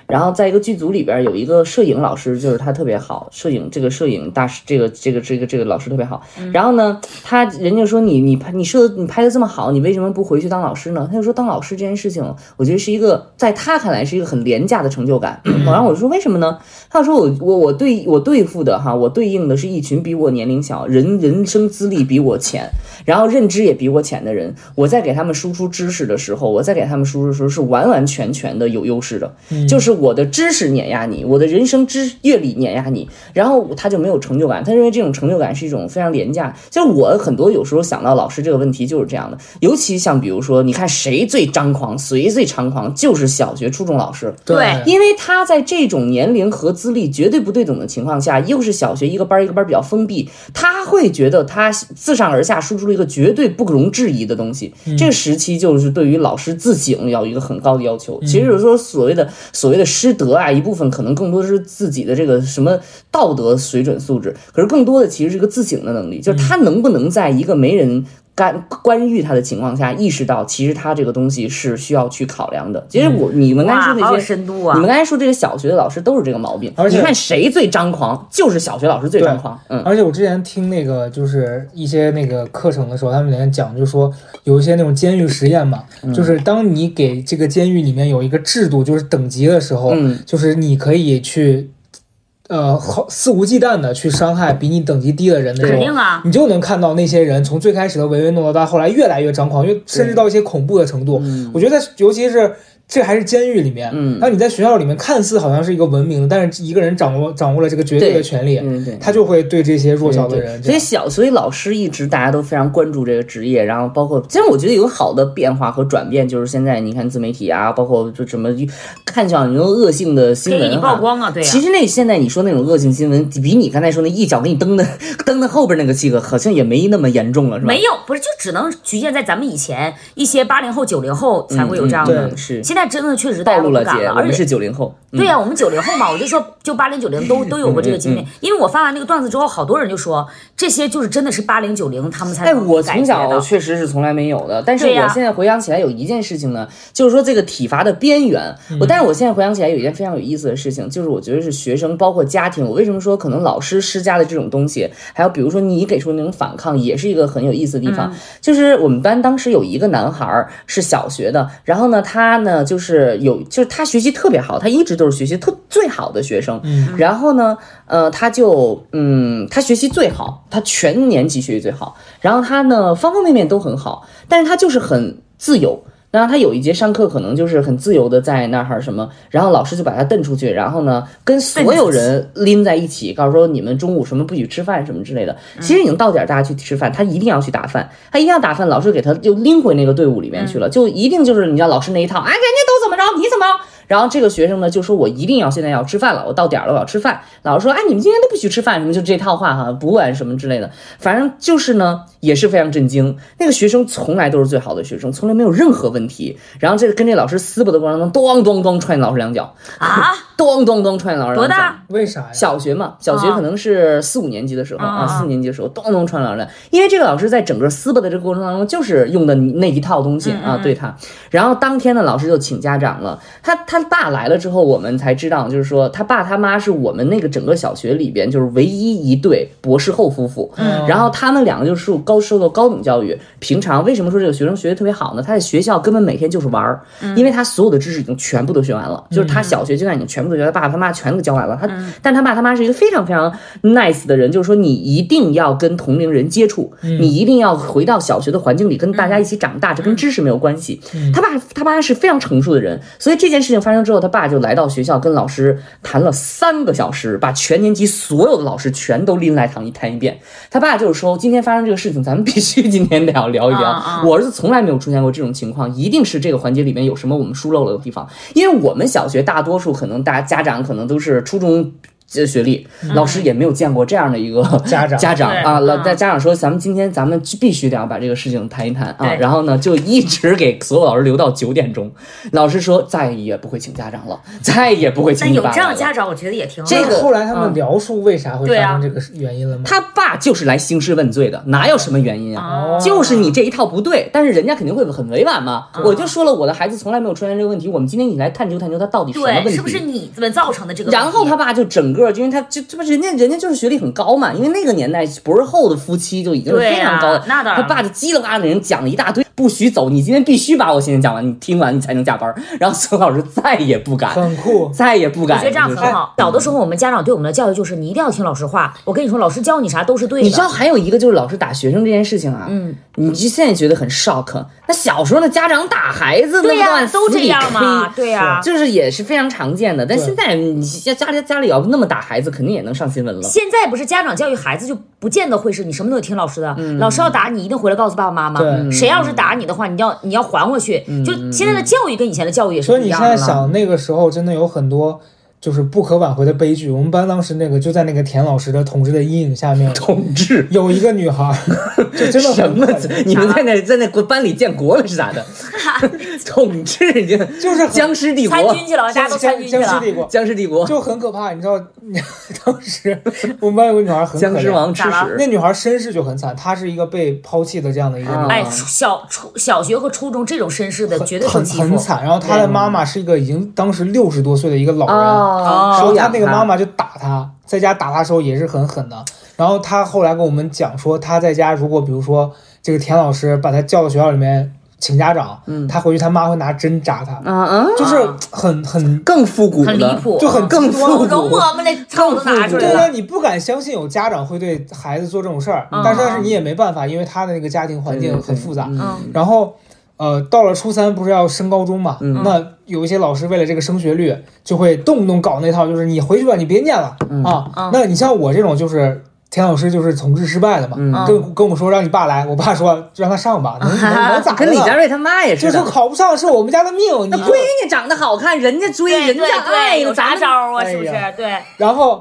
S2: 然后在一个剧组里边儿有一个摄影老师，就是他特别好，摄影这个摄影大师，这个这个这个这个老师特别好。
S3: 嗯
S2: 然后呢，他人家说你你拍你摄你拍的这么好，你为什么不回去当老师呢？他就说当老师这件事情，我觉得是一个在他看来是一个很廉价的成就感。 [CLEARS THROAT] 然后我就说为什么呢？他说我我我对我对付的哈，我对应的是一群比我年龄小、人人生资历比我浅，然后认知也比我浅的人。我在给他们输出知识的时候，我在给他们输出的时候是完完全全的有优势的，就是我的知识碾压你，我的人生知阅历碾压你，然后他就没有成就感。他认为这种成就感是一种非常廉价。就是我很多有时候想到老师这个问题就是这样的，尤其像比如说，你看谁最张狂，谁最猖狂，就是小学、初中老师。
S1: 对
S2: 因为他在这种年龄和资历绝对不对等的情况下，又是小学一个班儿一个班儿比较封闭，他会觉得他自上而下输出了一个绝对不容置疑的东西。这个时期就是对于老师自省要有一个很高的要求。其实有时候所谓的所谓的师德啊，一部分可能更多的是自己的这个什么道德水准素质，可是更多的其实是一个自省的能力，就是他能不能在一个没人干干预他的情况下，意识到其实他这个东西是需要去考量的。其实我你们刚才
S1: 哇，
S2: 说
S1: 好
S2: 那
S1: 有
S2: 些。
S1: 深度啊
S2: 你！们刚才说这个小学的老师都是这个毛病，
S3: 而且
S2: 你看谁最张狂，就是小学老师最张狂。嗯，
S3: 而且我之前听那个就是一些那个课程的时候，他们里面讲，就说有一些那种监狱实验嘛，就是当你给哦嗯这个监狱里面有一个制度，就是等级的时候，
S2: 嗯
S3: 就是你可以去呃，好肆无忌惮的去伤害比你等级低的人的时
S1: 肯
S3: 候，
S1: 定啊
S3: 你就能看到那些人从最开始的唯唯诺诺到后来越来越张狂，越甚至到一些恐怖的程度。
S2: 嗯
S3: 我觉得在，尤其是这还是监狱里面，嗯，当你在学校里面看似好像是一个文明的，但是一个人掌握掌握了这个绝对的
S2: 对
S3: 权利，
S2: 嗯对
S3: 他就会对这些弱小的
S2: 对
S3: 人这
S2: 所以
S3: 样，
S2: 小，所以老师一直大家都非常关注这个职业，然后包括，其实我觉得有好的变化和转变，就是现在你看自媒体啊，包括就什么看起来很多恶性的新
S1: 给
S2: 闻
S1: 你
S2: 哈
S1: 曝光啊，对呀、
S2: 其实那现在你说那种恶性新闻，比你刚才说那一脚给你蹬的蹬的后边那个气个，好像也没那么严重了，是吧？
S1: 没有，不是就只能局限在咱们以前一些八零后、九零后才啊会有这样的。
S3: 嗯对
S2: 是
S1: 现在真的确实大
S2: 暴
S1: 家都
S2: 露
S1: 不
S2: 了
S1: 敢
S2: 姐，我
S1: 而
S2: 们
S1: 且
S2: 是嗯九零后，
S1: 对啊呀、我们九零后嘛，我就说，就八零九零
S2: [LAUGHS]
S1: 都都有过这个
S2: 嗯
S1: 经验。因为我发完那个段子之后，好多人就说，这些就是真的是八零九零他们才
S2: 哎，
S1: 能
S2: 我
S1: 改
S2: 从
S1: 变
S2: 小
S1: 的。
S2: 确实是从来没有的，但是
S1: 对呀
S2: 我现在回想起来有一件事情呢，就是说这个体罚的边缘。
S1: 嗯
S2: 我但是我现在回想起来有一件非常有意思的事情，就是我觉得是学生包括家庭，我为什么说可能老师施加的这种东西，还有比如说你给出那种反抗，也是一个很有意思的地
S1: 嗯
S2: 方。就是我们班当时有一个男孩儿是小学的，然后呢，他呢就是有就是他学习特别好，他一直都是学习特最好的学生。
S3: 嗯
S2: 然后呢，呃，他就嗯，他学习最好，他全年级学习最好，然后他呢方方面面都很好，但是他就是很自由。然后他有一节上课可能就是很自由的在那儿什么，然后老师就把他蹬出去，然后呢跟所有人拎在一起，告诉说你们中午什么不许吃饭什么之类的。其实已经到点儿大家去吃饭，他一定要去打饭，他一定要打饭，老师给他又拎回那个队伍里面去了，就一定就是你知道老师那一套，哎，人家都怎么着，你怎么着？然后这个学生呢就说：“我一定要现在要吃饭了，我到点儿了，我要吃饭。”老师说：“哎，你们今天都不许吃饭，什么就这套话哈，不问什么之类的。”反正就是呢，也是非常震惊。那个学生从来都是最好的学生，从来没有任何问题。然后这个跟这老师撕巴的过程当中，咣咣咣踹老师两脚， [LAUGHS]
S1: 啊，
S2: 咣咣咣踹老师两脚。
S1: 多大？
S3: 为啥呀？
S2: 小学嘛，小学可能是四五年级的时候
S1: 啊
S2: 啊，四年级的时候，咚咚穿老师，因为这个老师在整个撕巴的这个过程当中，就是用的那一套东西
S1: 嗯
S2: 啊，对他。然后当天呢，老师就请家长了，他他爸来了之后，我们才知道，就是说他爸他妈是我们那个整个小学里边就是唯一一对博士后夫妇，
S3: 嗯
S2: 然后他们两个就是受高受到高等教育，平常为什么说这个学生学习特别好呢？他在学校根本每天就是玩儿，
S1: 嗯
S2: 因为他所有的知识已经全部都学完了，就是他小学阶段已经全部都学，他爸爸他妈全都给教完了。他，但他爸他妈是一个非常非常 nice 的人，就是说你一定要跟同龄人接触，你一定要回到小学的环境里跟大家一起长大，这跟知识没有关系。他爸他爸是非常成熟的人，所以这件事情发生之后，他爸就来到学校跟老师谈了三个小时，把全年级所有的老师全都拎来谈一谈一遍。他爸就是说，今天发生这个事情，咱们必须今天聊聊一聊。
S1: 啊啊
S2: 我儿子从来没有出现过这种情况，一定是这个环节里面有什么我们疏漏了的地方。因为我们小学大多数可能大家长可能都是初中。呃学历，老师也没有见过这样的一个
S3: 家长
S2: 家长
S1: 嗯对
S2: 啊，老
S1: 嗯
S2: 家长说，咱们今天咱们必须得要把这个事情谈一谈啊，
S1: 对
S2: 然后呢，就一直给所有老师留到九点钟，老师说再也不会请家长了，再也不会请
S1: 但
S2: 你
S1: 有
S2: 爸
S1: 这
S2: 来
S1: 样的
S2: 了。
S1: 家长，我觉得也挺好。
S2: 这个
S3: 后来他们
S2: 嗯
S3: 描述为啥会
S1: 对啊
S3: 发生这个原因了吗？
S2: 他爸就是来兴师问罪的，哪有什么原因啊？
S1: 哦
S2: 就是你这一套不对，但是人家肯定会很委婉嘛。
S1: 嗯
S2: 我就说了，我的孩子从来没有出现这个问题，我们今天一起来探究探究他到底什么问
S1: 对，
S2: 题。
S1: 是不是你们造成的这个问题？
S2: 然后他爸就整个，因为他这这不人家人家就是学历很高嘛，因为那个年代博士后的夫妻就已经是非常高的，
S1: 对啊那当然
S2: 他爸就叽里呱啦给人讲了一大堆，不许走，你今天必须把我现在讲完，你听完你才能下班。然后孙老师再也不敢，
S3: 很酷，
S2: 再也不敢。
S1: 我觉得这样很
S2: 就是
S1: 好。小的时候，我们家长对我们的教育就是你一定要听老师话。我跟你说，老师教你啥都是对的。
S2: 你知道还有一个就是老师打学生这件事情啊，嗯，你就现在觉得很 shock。那小时候的家长打孩子，
S1: 对
S2: 那
S1: 呀、
S2: 乱
S1: 都
S2: 死
S1: 这
S2: 里
S1: 样嘛，
S2: 黑
S1: 对呀、
S2: 就是也是非常常见的。但
S3: 对
S2: 现在你家家里家里要那么打孩子，肯定也能上新闻了。
S1: 现在不是家长教育孩子就不见得会是你什么都得听老师的，老师要打你一定回来告诉爸爸妈妈。
S3: 嗯对嗯
S1: 谁要是打你的话，你要你要还回去。就现在的教育跟以前的教育也是
S3: 所
S1: 不
S3: 以
S1: 一
S3: 你现
S1: 样
S3: 在
S2: 啊
S1: 的了。
S3: 想，那个时候真的有很多就是不可挽回的悲剧。我们班当时那个就在那个田老师的统治的阴影下面，
S2: 统治
S3: 有一个女孩儿，
S2: [LAUGHS]
S3: 就真的
S2: 什
S3: 很
S2: 么
S1: [LAUGHS]
S3: 狠？
S2: 你们在那在那国班里建国了是咋的？统治已经
S3: 就是很
S2: 僵尸帝
S1: 参
S2: 国，
S1: 军去了，大家都参军去
S3: 僵尸
S1: 了。
S3: 帝国
S2: 僵尸帝国，
S3: 就很可怕。你知道， [LAUGHS] 当时我们班有个女孩儿很可
S2: 僵尸
S3: 怜，
S2: 王吃
S1: 咋了
S2: 屎。
S3: 那女孩儿身世就很惨，她是一个被抛弃的这样的一个女孩儿。
S1: 哎，
S2: 嗯
S1: 小初小学和初中这种绅士的绝对受
S3: 很
S1: 欺负
S3: 很。惨，然后她的妈妈是一个已经当时六十多岁的一个老人，
S2: 哦，
S3: 然
S2: 收
S3: 后他
S2: 养
S3: 那个妈妈就打他，在家打他的时候也是很狠的。然后他后来跟我们讲说，他在家如果比如说这个田老师把他叫到学校里面请家长，他回去他妈会拿针扎他，
S2: 啊啊，
S3: 就是很很。
S2: 更复古的，
S1: 很离谱，
S3: 就很
S2: 更
S3: 极端啊
S2: 复
S1: 容
S2: 古。
S1: 嬷嬷那照都拿出来
S3: 对
S1: 了，
S3: 啊，你不敢相信有家长会对孩子做这种事儿，但是但是你也没办法，因为他的那个家庭环境很复杂。
S1: 嗯
S3: 然后，呃，到了初三不是要升高中嘛？那有一些老师为了这个升学率，就会动不动搞那套，就是你回去吧，你别念了、啊
S1: 嗯。
S3: 那你像我这种就是。田老师就是统治失败的嘛，跟跟我说让你爸来，我爸说让他上吧，能能能咋
S2: [LAUGHS]
S3: 的
S2: 跟
S3: 了？
S2: 啊李佳瑞他妈也
S3: 就是是
S2: 的，
S3: 考不上是我们家的命，你就
S2: 闺女长得好看，人家追，
S1: 对
S2: 人
S1: 对
S2: 家爱，
S1: 对，哎有啥
S2: 咱
S1: 招
S2: 们
S1: 儿啊？是不是
S3: 哎呀？
S1: 对
S3: 然后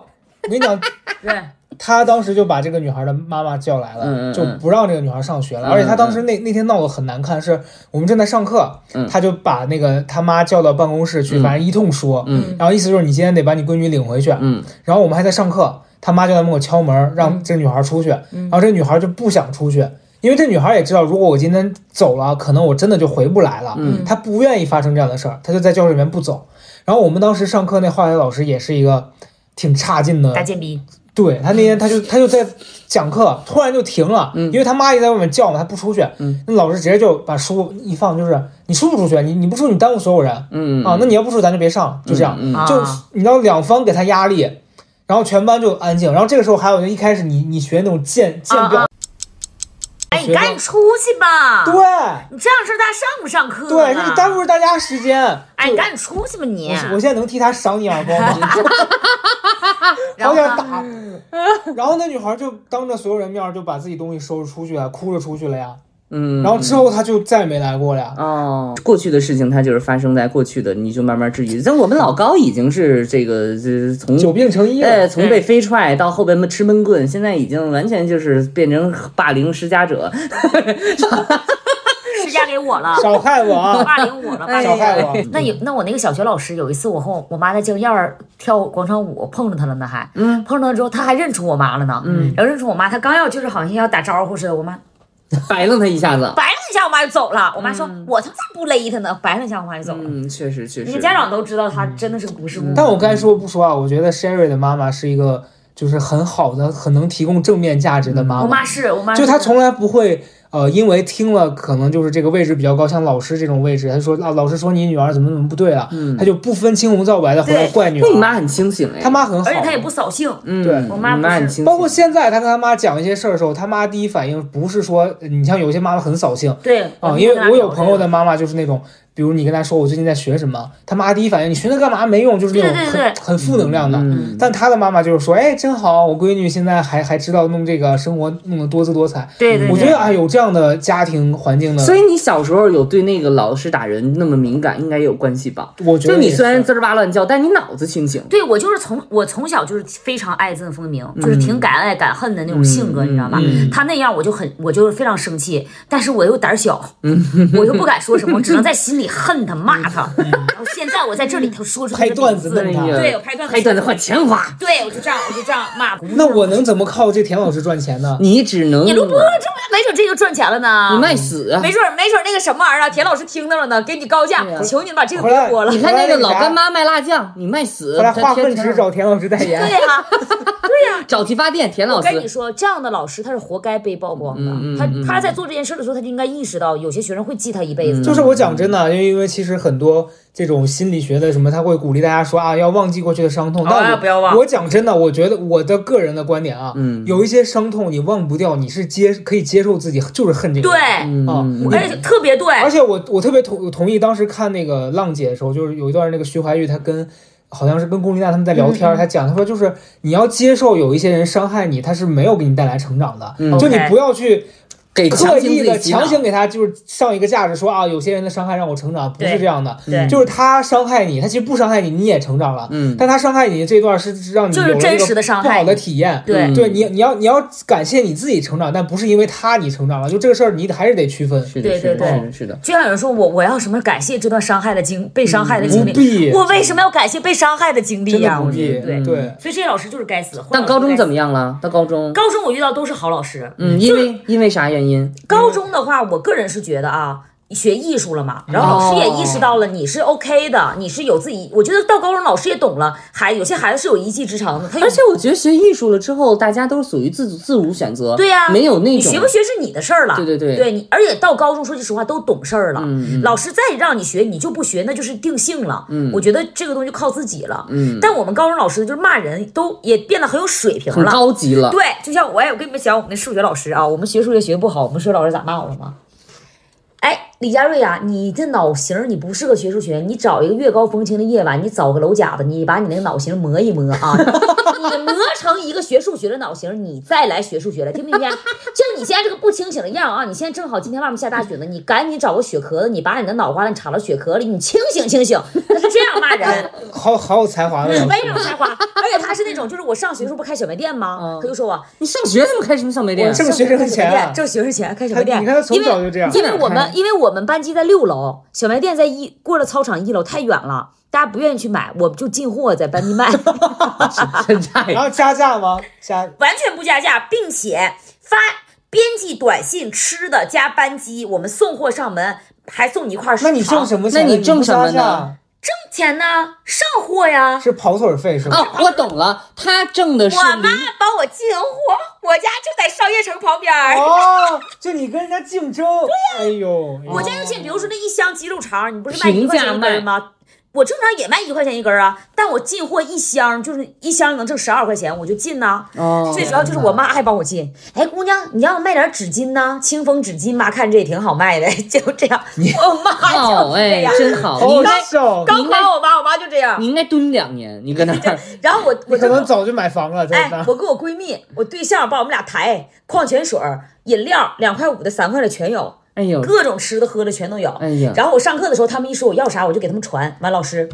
S3: 我跟你讲，
S1: 对，
S3: 他当时就把这个女孩的妈妈叫来了，
S2: 嗯嗯嗯
S3: 就不让这个女孩上学
S2: 嗯
S3: 了。而且他当时那那天闹得很难看，是我们正在上课，
S2: 嗯
S3: 他就把那个他妈叫到办公室去，
S2: 嗯
S3: 反正一通说，
S2: 嗯
S3: 然后意思就是你今天得把你闺女领回去。
S2: 嗯
S3: 然后我们还在上课，他妈就在门口敲门，让这个女孩出去。
S2: 嗯
S3: 然后这女孩就不想出去，因为这女孩也知道，如果我今天走了，可能我真的就回不来了。
S2: 嗯
S3: 她不愿意发生这样的事儿，她就在教室里面不走。然后我们当时上课那化学老师也是一个挺差劲的
S1: 大贱逼，
S3: 对他
S2: 嗯
S3: 那天，他就他就在讲课，突然就停了，因为他妈一直在外面叫嘛，他不出去。
S2: 嗯
S3: 那老师直接就把书一放，就是你出不出去？你你不出，你耽误所有人啊！
S2: 嗯
S3: 那你要不出，咱就别上，就这样。
S2: 嗯
S1: 啊
S3: 就你知道，两方给他压力，然后全班就安静。然后这个时候还有就一开始你你学那种剑剑
S1: 啊
S3: 表，
S1: 哎，
S3: 学
S1: 你
S3: 生
S1: 赶紧出去吧。
S3: 对
S1: 你这样式儿他上不上课？
S3: 对，就是耽。误大家时间。
S1: 啊哎，
S3: 就
S1: 你赶紧出去吧你！
S3: 我我现在能替他赏你耳光吗？
S1: [LAUGHS] 然后
S3: 好想
S1: 呢？
S3: 打。然后那女孩就当着所有人面儿就把自己东西收拾出去了，啊哭着出去了呀。
S2: 嗯，
S3: 然后之后她就再也没来过了呀。
S2: 哦，过去的事情它就是发生在过去的，你就慢慢治愈。但我们老高已经是这个，这从
S3: 久病成医
S2: 呃
S1: 哎
S3: 了，
S2: 从被飞踹到后边闷吃闷棍，现在已经完全就是变成霸凌施加者。 [LAUGHS]
S1: 施加给我了，
S3: 少害我
S1: [LAUGHS]
S3: 啊，
S1: 霸凌我了，霸凌
S3: 少
S1: 我了。
S3: 害我。
S1: 那有那我那个小学老师有一次，我和我我妈在江燕儿跳广场舞，碰着她了呢还，嗯，碰着她之后，她还认出我妈了呢，嗯，然后认出我妈，她刚要就是好像要打招呼似的，我妈
S2: 摆弄他一下子。
S1: 白了一下，我妈就走了，我妈说，
S3: 嗯
S1: 我他妈咋不勒她呢？白了一下，我妈就走了。
S2: 嗯，确实确
S1: 那
S2: 实。
S1: 个家长都知道
S3: 嗯
S1: 她真的是不是故意，
S3: 但我该说不说啊，我觉得 Sherry 的妈妈是一个就是很好的、很能提供正面价值的妈
S1: 我
S3: 妈，
S1: 妈是我妈是，
S3: 就她从来不会。呃，因为听了可能就是这个位置比较高，像老师这种位置，她说啊，老师说你女儿怎么怎么不对了，她就不分青红皂白的回来
S1: 嗯对
S3: 怪女
S2: 那你
S3: 儿。
S2: 妈很清醒哎，
S3: 他妈很好，
S1: 而且她也不扫兴，
S2: 嗯，
S3: 对
S1: 我妈
S2: 你
S1: 不是
S2: 很清醒，
S3: 包括现在，他跟他妈讲一些事儿的时候，他妈第一反应不是说，呃你像有些妈妈很扫兴
S1: 对
S3: 啊，因为我有朋友的，妈妈就是那种，比如你跟她说我最近在学什么，他妈第一反应你学那干嘛没用，就是那种
S1: 对对
S3: 很
S1: 对
S3: 很负能量的。
S2: 嗯
S3: 但他的妈妈就是说，哎，真好，我闺女现在还还知道弄这个生活弄得多姿多彩。
S1: 对对，
S3: 我觉
S1: 对
S3: 得啊，有这样的家庭环境
S1: 嗯
S3: 的，
S2: 所以你小时候有对那个老师打人那么敏感，应该也有关系吧？
S3: 我觉得
S2: 就你
S3: 也是
S2: 虽然滋儿哇乱叫，但你脑子清醒。
S1: 对我就是从我从小就是非常爱憎分明，就是
S3: 嗯
S1: 挺敢爱敢恨的那种性格，你知道吧？他那样我就很我就是非常生气，但是我又胆儿小，
S3: 嗯
S1: 我又不敢说什么，我只能在心里恨
S3: [LAUGHS]
S1: 他骂他。然后现在我在这里头说出
S3: 拍
S1: 这个
S3: 段
S1: 顶
S3: 子
S1: 字，
S3: 弄他。
S1: 对我拍段子
S2: 黑段子换钱花，
S1: 对我就这样我就这样骂。
S3: [LAUGHS] 那我能怎么靠这田老师赚钱
S1: 嗯
S3: 呢？
S2: 你只能
S1: 你录播了，这不没准这就赚钱了呢
S2: 你。卖死啊！
S1: 没准没准那个什么玩意儿啊，田老师听到了呢，给你高价，求你把这个
S3: 回来
S1: 别播了
S2: 你。看那个老干妈卖辣酱，你卖死。
S3: 后来化粪
S2: 天
S3: 池找田老师代言
S1: 对。呀、
S3: [LAUGHS]
S2: 找提发店，田老
S1: 我
S2: 师
S1: 跟你说，这样的老师他是活该被曝光的。
S3: 嗯
S1: 他他在做这件事的时候，他就应该意识到，有些学生会记他一辈子。
S3: 嗯就是我讲真的，因为因为其实很多这种心理学的什么，他会鼓励大家说啊，要忘记过去的伤痛。但我、
S1: 哦不要忘
S3: 我讲真的，我觉得我的个人的观点啊，嗯，有一些伤痛你忘不掉，你是接可以接受自己就是恨这个
S1: 对，
S3: 人。啊，你
S1: 而且特别对，
S3: 而且我我特别同同意，当时看那个浪姐的时候，就是有一段那个徐怀钰她跟。好像是跟龚琳娜他们在聊
S1: 嗯
S3: 天儿，她讲，她说就是你要接受有一些人伤害你，他是没有给你带来成长的，就你
S1: 嗯 OK
S3: 不要去
S2: 给
S3: 刻
S2: 强行
S3: 意
S2: 自
S3: 的
S2: 己洗脑
S3: 强行给他就是上一个价值，说啊，有些人的伤害让我成长，不是
S1: 对
S3: 这样的，
S1: 对
S3: 就是他伤害你，他其实不伤害你，你也成长了，
S2: 嗯
S3: 但他伤害你这段是是让你
S1: 就是
S3: 有了
S1: 真
S3: 一个
S1: 实的伤
S3: 不
S1: 害
S3: 好的
S1: 你
S3: 体验，
S1: 对
S3: 对你你要你要感谢你自己成长，但不是因为他你成长了，就这个事儿你还是得区分，
S2: 是的，
S1: 对
S2: 是的，
S1: 对对
S2: 是的，是的。
S1: 就像有人说我我要什么感谢这段伤害的经被伤害的经
S3: 不必
S1: 历，我为什么要感谢被伤害的经历
S3: 真
S1: 呀、
S3: 的
S1: 我
S3: 不嗯
S1: 觉
S3: 必
S1: 得对。
S3: 对。
S1: 所以这些老师就是该死。坏
S2: 但
S1: 老师
S2: 高中
S1: 该
S2: 怎么
S1: 死？
S2: 样了？到高中，
S1: 高中我遇到都是好老师，
S2: 嗯，因为因为啥原因？
S1: 高中的话，我个人是觉得啊，学艺术了
S3: 嗯
S1: 嘛，然后老师也意识到了你是 OK 的，你是有自己。我觉得到高中老师也懂了，孩有些孩子是有一技之长的，他有
S2: 而且我觉得学艺术了之后，大家都是属于自主自无选择，
S1: 对呀、
S2: 没有那
S1: 你
S2: 种
S1: 学不学是你的事儿了。
S2: 对对对嗯
S1: 对你，而且到高中，说句实话都懂事儿了。老师再让你学，你就不学，那就是定性了。我觉得这个东西就靠自己了。
S2: 嗯
S1: 但我们高中老师就是骂人都也变得很有水平
S2: 很
S1: 了。
S2: 高级了。
S1: 对，就像我哎，我跟你们讲，我们那数学老师啊，我们学数学学不好，我们数学老师咋骂我了吗？哎，李佳瑞啊，你这脑型儿你不适合学数学，你找一个月高风清的夜晚，你找个楼甲子，你把你那个脑型磨一磨啊， [LAUGHS] 你磨成一个学数学的脑型，你再来学数学来，听没听见？ [LAUGHS] 就你现在这个不清醒的样啊，你现在正好今天外面下大雪呢，你赶紧找个雪壳子，你把你的脑瓜子插到雪壳里，你清醒清醒，他是这样骂人。
S3: 好好有才华的老
S1: 非
S3: 师，
S1: 常才华，而且他是那种，就是我上学的时候不开小卖店吗？他就说啊我
S2: 你上学怎么开什么小卖店？ [LAUGHS]
S3: 挣 [LAUGHS] 学生的钱啊，
S1: 挣学生钱开小卖店。
S3: 他你看他从小就这样嗯
S1: 因为因
S3: 在哪
S1: 为
S3: 儿
S1: 我们
S3: 开
S1: 因为我们班级在六楼，小卖店在一过了操场一楼太远了，大家不愿意去买，我们就进货在班级
S3: [LAUGHS]
S1: 卖，
S2: 山寨
S3: 然后加价吗？加
S1: 完全不加价，并且发编辑短信吃的加班机，我们送货上门，还送你一块儿食
S3: 那
S1: 堂。
S3: 你挣什么钱？
S2: 那你挣
S3: 不加
S2: 什么呢
S3: 价？
S1: 钱呢？上货呀！
S3: 是跑腿费是吧？
S2: 哦，我懂了，他挣的是
S1: 我妈
S2: 零
S1: 帮我进货，我家就在商业城旁边儿。
S3: 哦，就你跟人家竞争，哎呦，
S1: 我
S3: 哎
S1: 家
S3: 呦
S1: 而且比如说那一箱鸡肉肠，你不是卖一
S2: 哦平
S1: 块
S2: 价
S1: 钱一根儿
S2: 卖
S1: 吗？我正常也卖一块钱一根儿啊，但我进货一箱就是一箱能挣十二块钱，我就进呐、
S2: 哦
S1: 最主要就是我妈爱帮我进。哎，姑娘，你要卖点纸巾呢，清风纸巾，妈看这也挺好卖的， [LAUGHS] 就这样。我妈
S2: 好
S1: 就是这
S2: 哎
S1: 样，，
S2: 真好，你
S3: 好
S2: 应该
S3: 笑，啊
S1: 刚夸我妈，我妈就这样
S2: 你。应该蹲两年，你搁那
S1: [LAUGHS]
S2: 儿
S1: 然后我我
S3: 你
S1: 就
S3: 可能早就买房了，在
S1: 哎
S3: 那，。
S1: 我跟我闺蜜，我对象把我们俩抬，矿泉水儿、饮料两块五的、三块的全有。
S2: 哎呦，
S1: 各种吃的喝的全都有。
S2: 哎呀
S1: 然后我上课的时候，他们一说我要啥，我就给他们传。完，老师，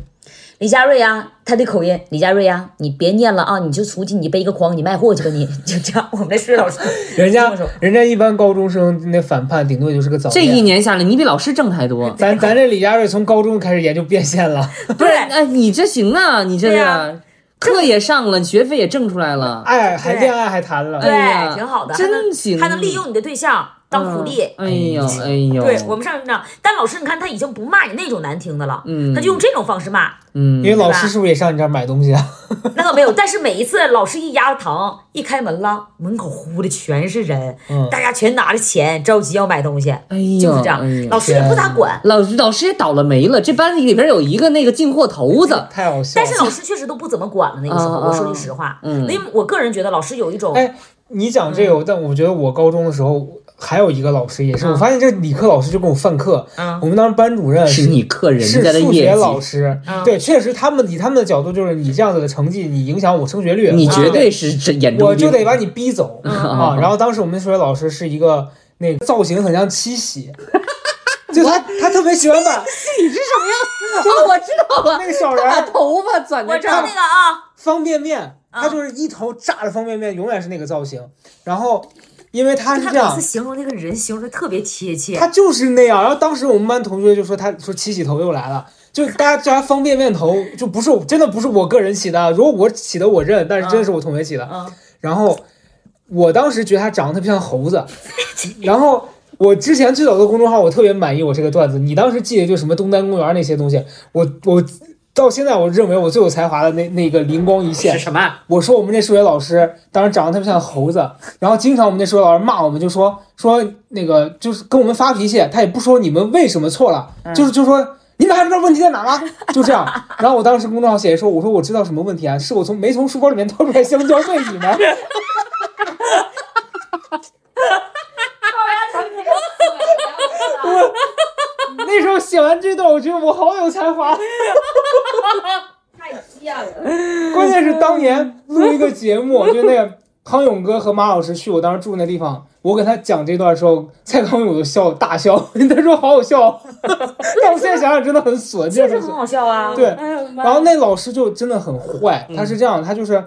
S1: 李佳瑞啊，他的口音，李佳瑞啊，你别念了啊，你就出去，你背一个筐，你卖货去吧你， [LAUGHS] 就这样。我们的数学
S2: [LAUGHS]
S1: 老师，
S3: 人
S1: 这
S3: 家
S1: 么说
S3: 人家一般高中生那反叛顶多也就是个早
S2: 这
S3: 恋。
S2: 一年下来，你比老师挣还多。
S3: 咱咱这李佳瑞从高中开始研究变现了， [LAUGHS]
S2: 不是，哎，你这行啊，你这
S1: 对呀
S2: 是课也上了，学费也挣出来了。
S3: 爱还
S1: 对
S3: 恋爱还谈了，
S1: 对，
S2: 哎呀
S1: 挺好的，
S2: 真
S1: 还能
S2: 行啊
S1: 还能利用你的对象当
S2: 嗯
S1: 苦力。
S2: 哎呦，哎呦，
S1: 对我们上那，但老师你看他已经不骂你那种难听的了，
S2: 嗯
S1: 他就用这种方式骂，
S2: 嗯
S3: 因，为老师是不是也上你这儿买东西啊？ [LAUGHS]
S1: 那倒没有，但是每一次老师一压堂，一开门了，门口呼的全是人，
S3: 嗯
S1: 大家全拿着钱着急要买东西，
S2: 哎呦
S1: 就是这样，
S2: 哎呦
S1: 老师也不咋管。
S2: 老师老师也倒了霉了，这班里边有一个那个进货头子，
S3: 太好笑
S1: 但是
S3: 了。
S1: 老师确实都不怎么管了，那个时候，
S2: 嗯
S1: 我说句实话，
S2: 嗯
S1: 因为我个人觉得老师有一种，
S3: 哎，你讲这
S1: 嗯
S3: 个，但我觉得我高中的时候还有一个老师也是，我发现这个理科老师就跟我犯课。
S1: 嗯
S3: 我们当时班主任
S2: 是你克人
S3: 是
S2: 家的
S3: 数
S2: 业
S3: 学老
S2: 绩，
S3: 师
S1: 嗯，
S3: 对，确实他们以他们的角度就是你这样子的成绩，你影响我升学率，
S2: 你
S3: 我
S2: 绝对是这眼中钉
S3: 我就得把你逼走
S1: 嗯
S2: 嗯
S3: 啊！然后当时我们数学老师是一个那个造型很像
S1: [LAUGHS]
S3: 七喜，就他他特别喜欢把
S2: 哦， [LAUGHS] 我知道了，
S3: [LAUGHS] 那个小人
S2: 把
S3: 儿
S2: 头发转
S1: 我
S2: 着
S1: 知道
S2: 看
S1: 那，个啊，
S3: 方便面，
S1: 嗯
S3: 他就是一头炸的方便面，永远是那个造型。然后因为他是
S1: 他
S3: 这
S1: 每
S3: 样
S1: 次，形容那个人形容的特别贴切
S3: 他，就是那样。然后当时我们班同学就说他说七喜头又来了。就是大家叫他方便面头，就不是我真的不是我个人起的啊，如果我起的我认，但是真的是我同学起的。
S1: 嗯，
S3: 然后我当时觉得他长得特别像猴
S1: [LAUGHS]
S3: 子，然后我之前最早的公众号我特别满意我这个段子，你当时记得就什么东单公园那些东西，我我到现在我认为我最有才华的那那个灵光一现。
S2: 什么？
S3: 我说我们那数学老师当时长得特别像猴子，然后经常我们那数学老师骂我们，就说说那个就是跟我们发脾气，他也不说你们为什么错了，就是就说你们还不知道问题在哪吗？就这样。然后我当时公众号写说，我说我知道什么问题啊，是我从没从书包里面掏出来香蕉喂你们。我那时候写完这段，我觉得我好有才华。
S4: 太贱了。
S3: 关键是当年录一个节目，就那个康永哥和马老师去我当时住那地方，我给他讲这段的时候，蔡康永都笑大笑， [LAUGHS] 他说好好笑， [LAUGHS] 但我现在想想真的很损，
S1: 确
S3: 确
S1: 实
S3: 实
S1: 很
S3: 是。
S1: 好笑啊。
S3: 对，
S4: 哎呦妈
S3: 然后那老师就真的很坏，他是这样，他就是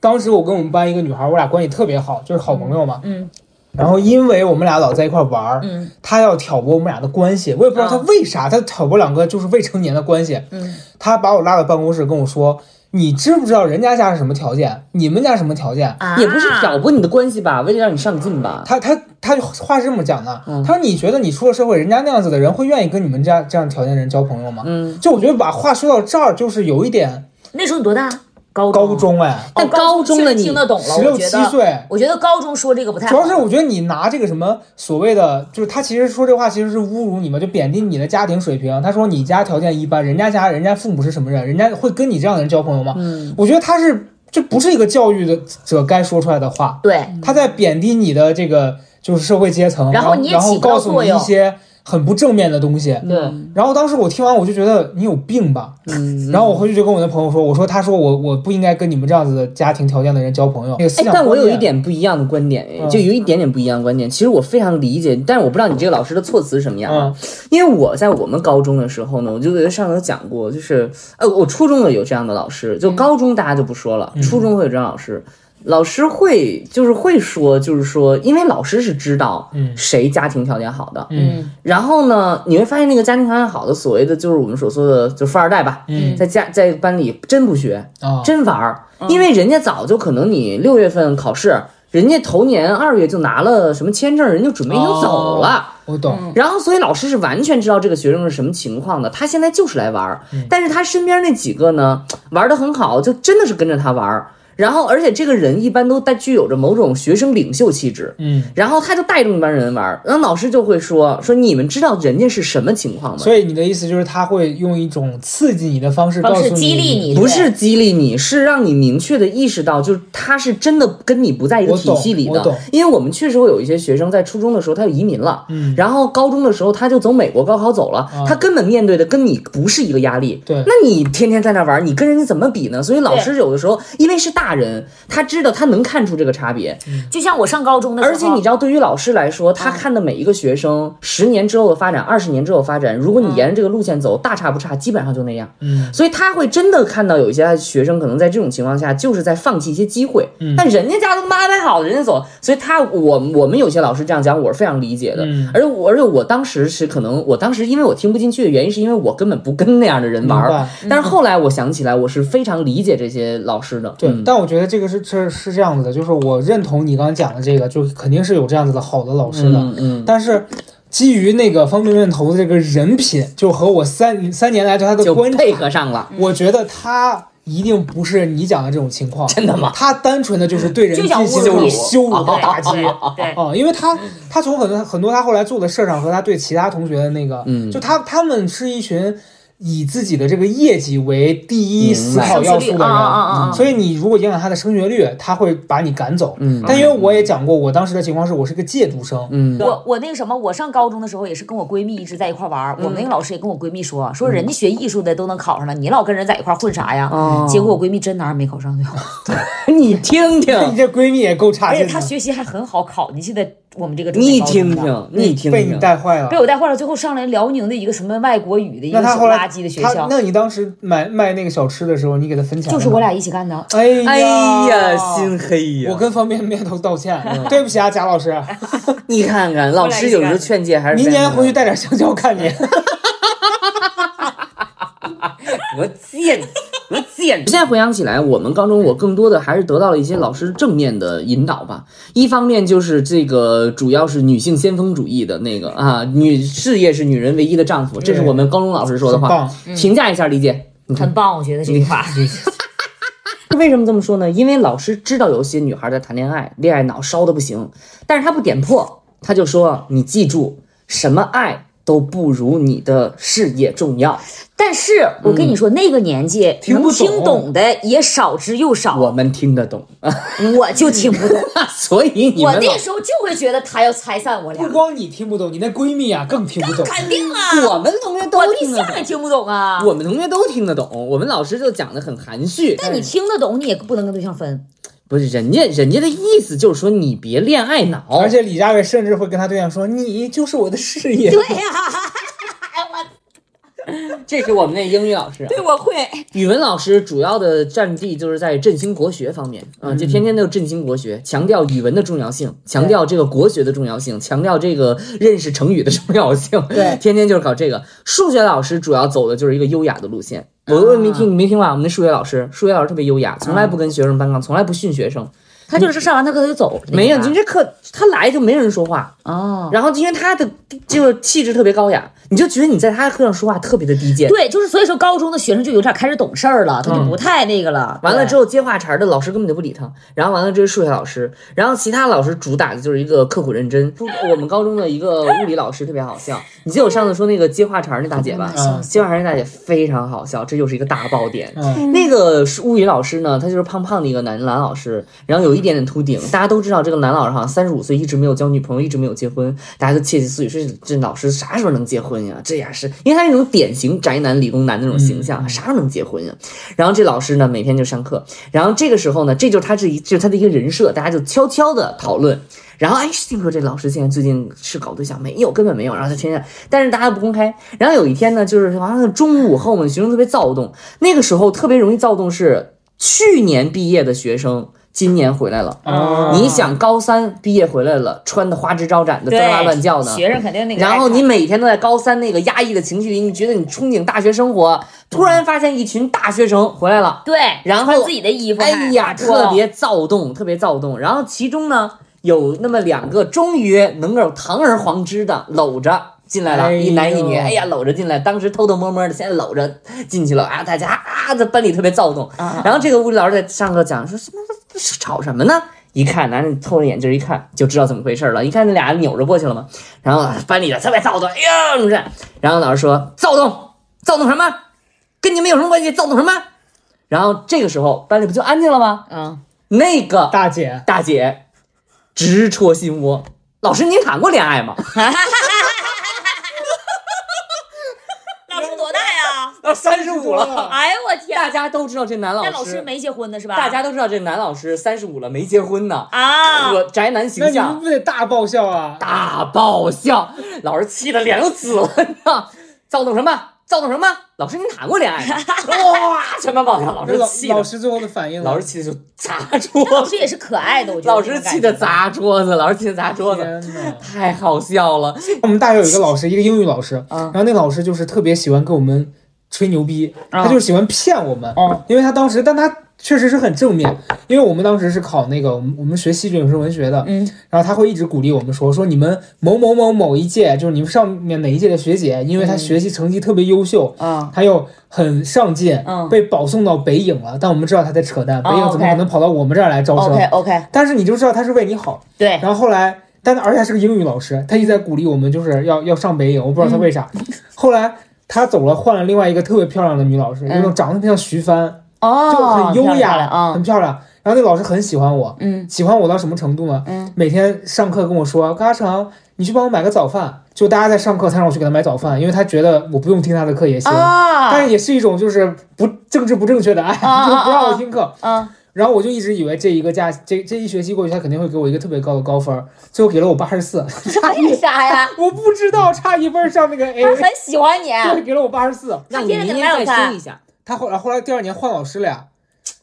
S3: 当时我跟我们班一个女孩，我俩关系特别好，就是好朋友嘛。
S1: 嗯
S3: 然后因为我们俩老在一块玩儿，
S1: 嗯啊
S3: 他要挑拨我们俩的关系，我也不知道他为啥，他挑拨两个就是未成年的关系。
S1: 嗯
S3: 他把我拉到办公室跟我说，你知不知道人家家是什么条件，你们家什么条件？
S1: 啊
S2: 也不是挑拨你的关系吧，为了让你上进吧。
S3: 他他他话是这么讲的，
S1: 嗯
S3: 他说你觉得你出了社会，人家那样子的人会愿意跟你们这样这样条件的人交朋友吗？
S2: 嗯，
S3: 就我觉得把话说到这儿，就是有一点
S1: 那时候你多大？高
S3: 高中哎，
S1: 哦
S2: 但高中的
S1: 确实
S2: 你
S1: 听得懂了，
S3: 十
S1: 我
S3: 六
S1: 觉
S3: 七
S1: 得，
S3: 岁，
S1: 我觉得高中说这个不太好。
S3: 主要是我觉得你拿这个什么所谓的，就是他其实说这话其实是侮辱你嘛，就贬低你的家庭水平。他说你家条件一般，人家家人家父母是什么人，人家会跟你这样的人交朋友吗？嗯，我觉得他是这不是一个教育的者该说出来的话，
S1: 对，
S3: 他在贬低你的这个就是社会阶层，
S1: 嗯然
S3: 然
S1: 后你也
S3: 然后
S1: 起不到
S3: 告诉
S1: 作
S3: 你一
S1: 用嗯
S3: 些很不正面的东西。
S1: 对，
S3: 然后当时我听完我就觉得你有病吧，
S2: 嗯，
S3: 然后我回去就跟我的朋友说，我说他说我我不应该跟你们这样子的家庭条件的人交朋友，那个思
S2: 哎
S3: 想，
S2: 但我
S3: 观
S2: 有一
S3: 念
S2: 点不一样的观点，哎
S3: 嗯
S2: 就有一点点不一样的观点。其实我非常理解，但是我不知道你这个老师的措辞是什么样啊。
S3: 嗯
S2: 因为我在我们高中的时候呢，我就觉得上次有讲过，就是呃，我初中的有这样的老师，
S3: 嗯
S2: 就高中大家就不说了，初中会有这样的老师。老师会就是会说，就是说，因为老师是知道
S3: 嗯
S2: 谁家庭条件好的，
S3: 嗯
S2: 然后呢，你会发现那个家庭条件好的，所谓的就是我们所说的就富二代吧，
S3: 嗯
S2: 在家在班里真不学，
S3: 啊
S2: 真玩儿，因为人家早就可能你六月份考试，人家头年二月就拿了什么签证，人就准备已经走了。
S3: 我懂。
S1: 嗯
S2: 然后，所以老师是完全知道这个学生是什么情况的。他现在就是来玩儿，但是他身边那几个呢，玩的很好，就真的是跟着他玩儿。然后，而且这个人一般都带具有着某种学生领袖气质。
S3: 嗯，
S2: 然后他就带着那帮人玩儿，然后老师就会说说你们知道人家是什么情况吗？
S3: 所以你的意思就是他会用一种刺激你的方式告
S1: 方
S3: 诉
S1: 式
S3: 你，
S1: 激励你，
S2: 不
S1: 对
S2: 是激励你，是让你明确的意识到，就是他是真的跟你不在一个
S3: 我
S2: 体
S3: 懂
S2: 系里
S3: 我懂
S2: 的。因为我们确实会有一些学生在初中的时候他就移民了，
S3: 嗯啊
S2: 然后高中的时候他就走美国高考走了，他根本面对的跟你不是一个压力。
S3: 对
S2: 那你天天在那玩，你跟人家怎么比呢？所以老师有的时候因为是大人，他知道他能看出这个差别，
S1: 就像我上高中的时候，啊
S2: 而且你知道，对于老师来说，
S3: 嗯
S2: 他看的每一个学生十年之后的发展，二十年之后的发展，如果你沿着这个路线走，大差不差，基本上就那样。
S3: 嗯，
S2: 所以他会真的看到有一些学生可能在这种情况下就是在放弃一些机会，
S3: 嗯
S2: 但人家家都安排好了，人家走，所以他我我们有些老师这样讲，我是非常理解的，
S3: 嗯
S2: 而且我而且我当时是可能我当时因为我听不进去的原因，是因为我根本不跟那样的人玩
S3: 明
S2: 儿
S3: 白，
S2: 但是后来我想起来，我是非常理解这些老师的，
S3: 对
S2: 嗯，
S3: 但我觉得这个是是是这样子的，就是我认同你刚刚讲的这个，就肯定是有这样子的好的老师的，
S2: 嗯嗯，
S3: 但是基于那个方便面头的这个人品，就和我三三年来对他的
S2: 就
S3: 观察，
S2: 配合上了，
S3: 我觉得他一定不是你讲的这种情况，
S2: 真的吗？啊
S3: 他单纯的就是对人
S1: 就
S3: 进
S1: 想
S3: 行
S1: 侮辱你
S3: 羞辱和打击。
S1: 对，
S3: 哦，因为他他从很多很多他后来做的事上和他对其他同学的那个，
S2: 嗯
S3: 就他他们是一群以自己的这个业绩为第一思考
S1: 升学
S3: 要
S1: 率
S3: 素的
S1: 啊
S3: 人，
S1: 啊啊啊！
S3: 所以你如果影响他的升学率，他会把你赶走。
S2: 嗯
S3: 但因为我也讲过，我当时的情况是我是个借读生，
S2: 嗯，
S1: 我我那个什么，我上高中的时候也是跟我闺蜜一直在一块玩儿。
S3: 嗯
S1: 我们那个老师也跟我闺蜜说，说人家学艺术的都能考上了，你老跟人在一块混啥呀？
S2: 哦
S1: 结果我闺蜜真哪儿没考上，最后，
S2: 你听听，
S3: 你哎这闺蜜也够差
S1: 而且
S3: 劲
S1: 哎她
S3: 啊的，
S1: 学习还很好，考进去的我们这个重
S2: 你
S1: 点高中
S2: 听
S1: 的
S2: 听，你听
S3: 被你
S2: 听，
S3: 带坏了
S1: 被。我带坏了，最后上来辽宁的一个什么外国语的一个
S3: 那他
S1: 小
S3: 后来
S1: 垃圾的学
S3: 他
S1: 校，，
S3: 那你当时买卖那个小吃的时候，你给他分钱
S1: 就是
S3: 了吗
S1: 我俩。一起干的。
S3: 哎呀，
S2: 哎呀，心黑呀！
S3: 我跟方便面头道歉，
S2: 嗯
S3: 对不起啊，贾
S2: [LAUGHS]
S3: 老师。
S2: 你看看，老师有时候劝诫还是
S3: 明年回去
S2: 带
S3: 带点香蕉看你。
S2: 多贱，多贱！现在回想起来，我们高中我更多的还是得到了一些老师正面的引导吧。一方面就是这个主要是女性先锋主义的那个啊，女事业是女人唯一的丈夫，这是我们高中老师说的
S3: 很
S2: 话
S3: 棒。
S2: 评价一下理解。
S1: 很棒，我觉得这句话。
S2: 为什么这么说呢？因为老师知道有些女孩在谈恋爱，恋爱脑烧的不行，但是他不点破，他就说你记住，什么爱都不如你的事业重要。
S1: 但是我跟你说，那个年纪
S3: 嗯听
S1: 能
S3: 不懂
S1: 听懂的也少之又少，
S2: 我
S1: 我
S2: 们听得懂。 [LAUGHS]
S1: 就听不懂。
S2: 所以你
S1: 我
S2: 们
S1: 那
S2: 老
S1: 时候就会觉得他要拆散我
S3: 不
S1: 俩，
S3: 光你听不懂，你那闺蜜啊更听不懂。
S1: 肯定啊，
S2: 我们同学
S1: 我
S2: 都
S1: 对
S2: 听得
S1: 象也
S2: 懂，
S1: 听不懂啊。
S2: 我们同学都听得懂。我们老师就讲的很含蓄，
S1: 但你听得懂，你也不能跟对象分。
S2: 不是人家人家的意思就是说你别恋爱脑，
S3: 而且李佳薇甚至会跟她对象说：“你就是我的
S2: [LAUGHS]
S3: 事业。
S1: 对呀，
S2: 这是我们那英语老师啊、
S1: 我会。
S2: 语文老师主要的战地就是在振兴国学方面啊，就天天都振兴国学，强调语文的重要性，强调这个国学的重要性，强调这个认识成语的重要性。
S1: 对
S2: 天天就是搞这个。数学老师主要走的就是一个优雅的路线。我我没听你没听吧？我们那数学老师，数学老师特别优雅，从来不跟学生搬杠，从来不训学生。
S1: 他就是上完他课他就走，
S2: [LAUGHS] 没有，
S1: 那
S2: 你
S1: 个
S2: 这课他来就没人说话，
S1: 哦。
S2: 然后因为他的就是气质特别高雅，你就觉得你在他的课上说话特别的低贱。
S1: 对，就是所以说高中的学生就有点开始懂事儿了，他就不太那个了。
S2: 嗯完了之
S1: 后，
S2: 后接话茬儿的老师根本就不理他，然后完了这是数学老师，然后其他老师主打的就是一个刻苦认真。我们高中的一个物理老师特别好 [LAUGHS] 笑，你记得我上次说那个接话茬儿那大姐吧？
S3: 嗯
S2: 接话茬儿那大姐非常好笑，这又是一个大爆点。
S3: 嗯
S2: 那个是物理老师呢，他就是胖胖的一个男男老师，然后有一点点秃顶。大家都知道这个男老师好像三十五岁，一直没有交女朋友，一直没有结婚。大家都窃窃私语说这这老师啥时候能结婚呀？这也是因为他是那种典型宅男理工男那种形象，啥时候能结婚呀？然后这老师呢，每天就上课，然后这个时候呢，这就是他这一就是他的一个人设，大家就悄悄的讨论。然后哎，听说这老师现在最近是搞对象没有，根本没有。然后他天天，但是大家不公开。然后有一天呢，就是好像中午后，我们学生特别躁动，那个时候特别容易躁动是去年毕业的学生。今年回来了，
S3: 啊
S2: 你想高三毕业回来了，穿的花枝招展的，脏哇乱叫呢，
S1: 学生肯定那个。
S2: 然后你每天都在高三那个压抑的情绪里，你觉得你憧憬大学生活，突然发现一群大学生回来了，
S1: 对，
S2: 然后
S1: 穿自己的衣服，
S2: 哎呀，
S1: 还化
S2: 特
S1: 妆
S2: 别躁动，特别躁动。然后其中呢，有那么两个终于能够堂而皇之的搂着。进来了，
S3: 哎呦
S2: 一男一女，哎呀，搂着进来，当时偷偷摸摸的，现在搂着进去了啊！大家啊，在班里特别躁动。然后这个物理老师在上课讲说什么吵什么呢？一看，男人透着眼镜一看就知道怎么回事了。一看那俩人扭着过去了嘛，然后啊班里的特别躁动，哎呀，怎么然后老师说躁动，躁动什么？跟你们有什么关系？躁动什么？然后这个时候班里不就安静了吗？
S1: 嗯，
S2: 那个
S3: 大姐， [LAUGHS]
S2: 大姐直戳心窝。老师，您谈过恋爱吗？
S1: 老师多大呀？
S2: 啊， [LAUGHS] 三十五了。
S1: 哎呦我天！
S2: 大家都知道这男老
S1: 那
S2: 师，
S1: 老师没结婚的是吧？
S2: 大家都知道这男老师三十五了没结婚呢。
S1: 啊，
S2: 我宅男
S3: 那
S2: 形
S3: 你们
S2: 象
S3: 不得大爆笑啊？
S2: 大爆笑，老师气的脸都紫了，你知道？躁动什么？躁动什么？老师，您谈过恋爱吗？哇，全班爆笑，老
S3: 那
S2: 师
S3: 老
S2: 气
S3: 老
S2: 的，
S3: 师最后的反应呢，
S2: 老师气的就砸桌
S1: 老
S2: 子，
S1: 师也是可爱的，我觉得
S2: 老
S1: 那
S2: 师
S1: 种感觉
S2: 气的砸桌子，老师气的砸桌子，
S3: 天哪！
S2: 太好笑了。
S3: 我们大学有一个
S1: [LAUGHS]
S3: 老师，一个英语老师，
S1: 嗯
S3: 然后那老师就是特别喜欢跟我们吹牛逼，
S1: 嗯
S3: 他就是喜欢骗我们，因为他当时，但他确实是很正面，因为我们当时是考那个我们我们学戏剧影视文学的，
S1: 嗯，
S3: 然后他会一直鼓励我们说说你们某某某某一届，就是你们上面哪一届的学姐，因为
S1: 嗯
S3: 她学习成绩特别优秀，
S1: 啊，
S3: 她又很上进，
S1: 嗯哦
S3: 被保送到北影了，但我们知道她在扯淡，北影怎么
S1: OK
S3: 可能跑到我们这儿来招生？
S1: OK OK，
S3: 但是你就知道他是为你好。
S1: 对，
S3: 然后后来，但而且还是个英语老师，他一直在鼓励我们，就是要要上北影，我
S1: 嗯
S3: 不知道他为啥。后来他走了，换了另外一个特别漂亮的女老师，那种长得特别像徐帆，
S1: 嗯哦，
S3: 就很优雅，
S1: 漂亮啊
S3: 很，漂亮。然后那老师很喜欢我，
S1: 嗯
S3: 喜欢我到什么程度呢？
S1: 嗯
S3: 每天上课跟我说，高阿成，你去帮我买个早饭。就大家在上课，他让我去给他买早饭，因为他觉得我不用听他的课也行。但
S1: 啊
S3: 是也是一种就是不政治不正确的爱，
S1: 啊
S3: [LAUGHS] 就是不让
S1: 啊
S3: 我
S1: 啊
S3: 听课。
S1: 啊，
S3: 然后我就一直以为这一个假这这一学期过去，他肯定会给我一个特别高的高分儿，最后给了我八十四，
S1: [LAUGHS]
S3: 差一
S1: 为，啥
S3: [LAUGHS]
S1: 呀？
S3: 我不知道差一分儿上那个 A，
S1: 他很喜欢你，
S3: 最后给了我八十四。
S2: 让你明天再听一下。
S3: 他后来后来第二年换老师了呀，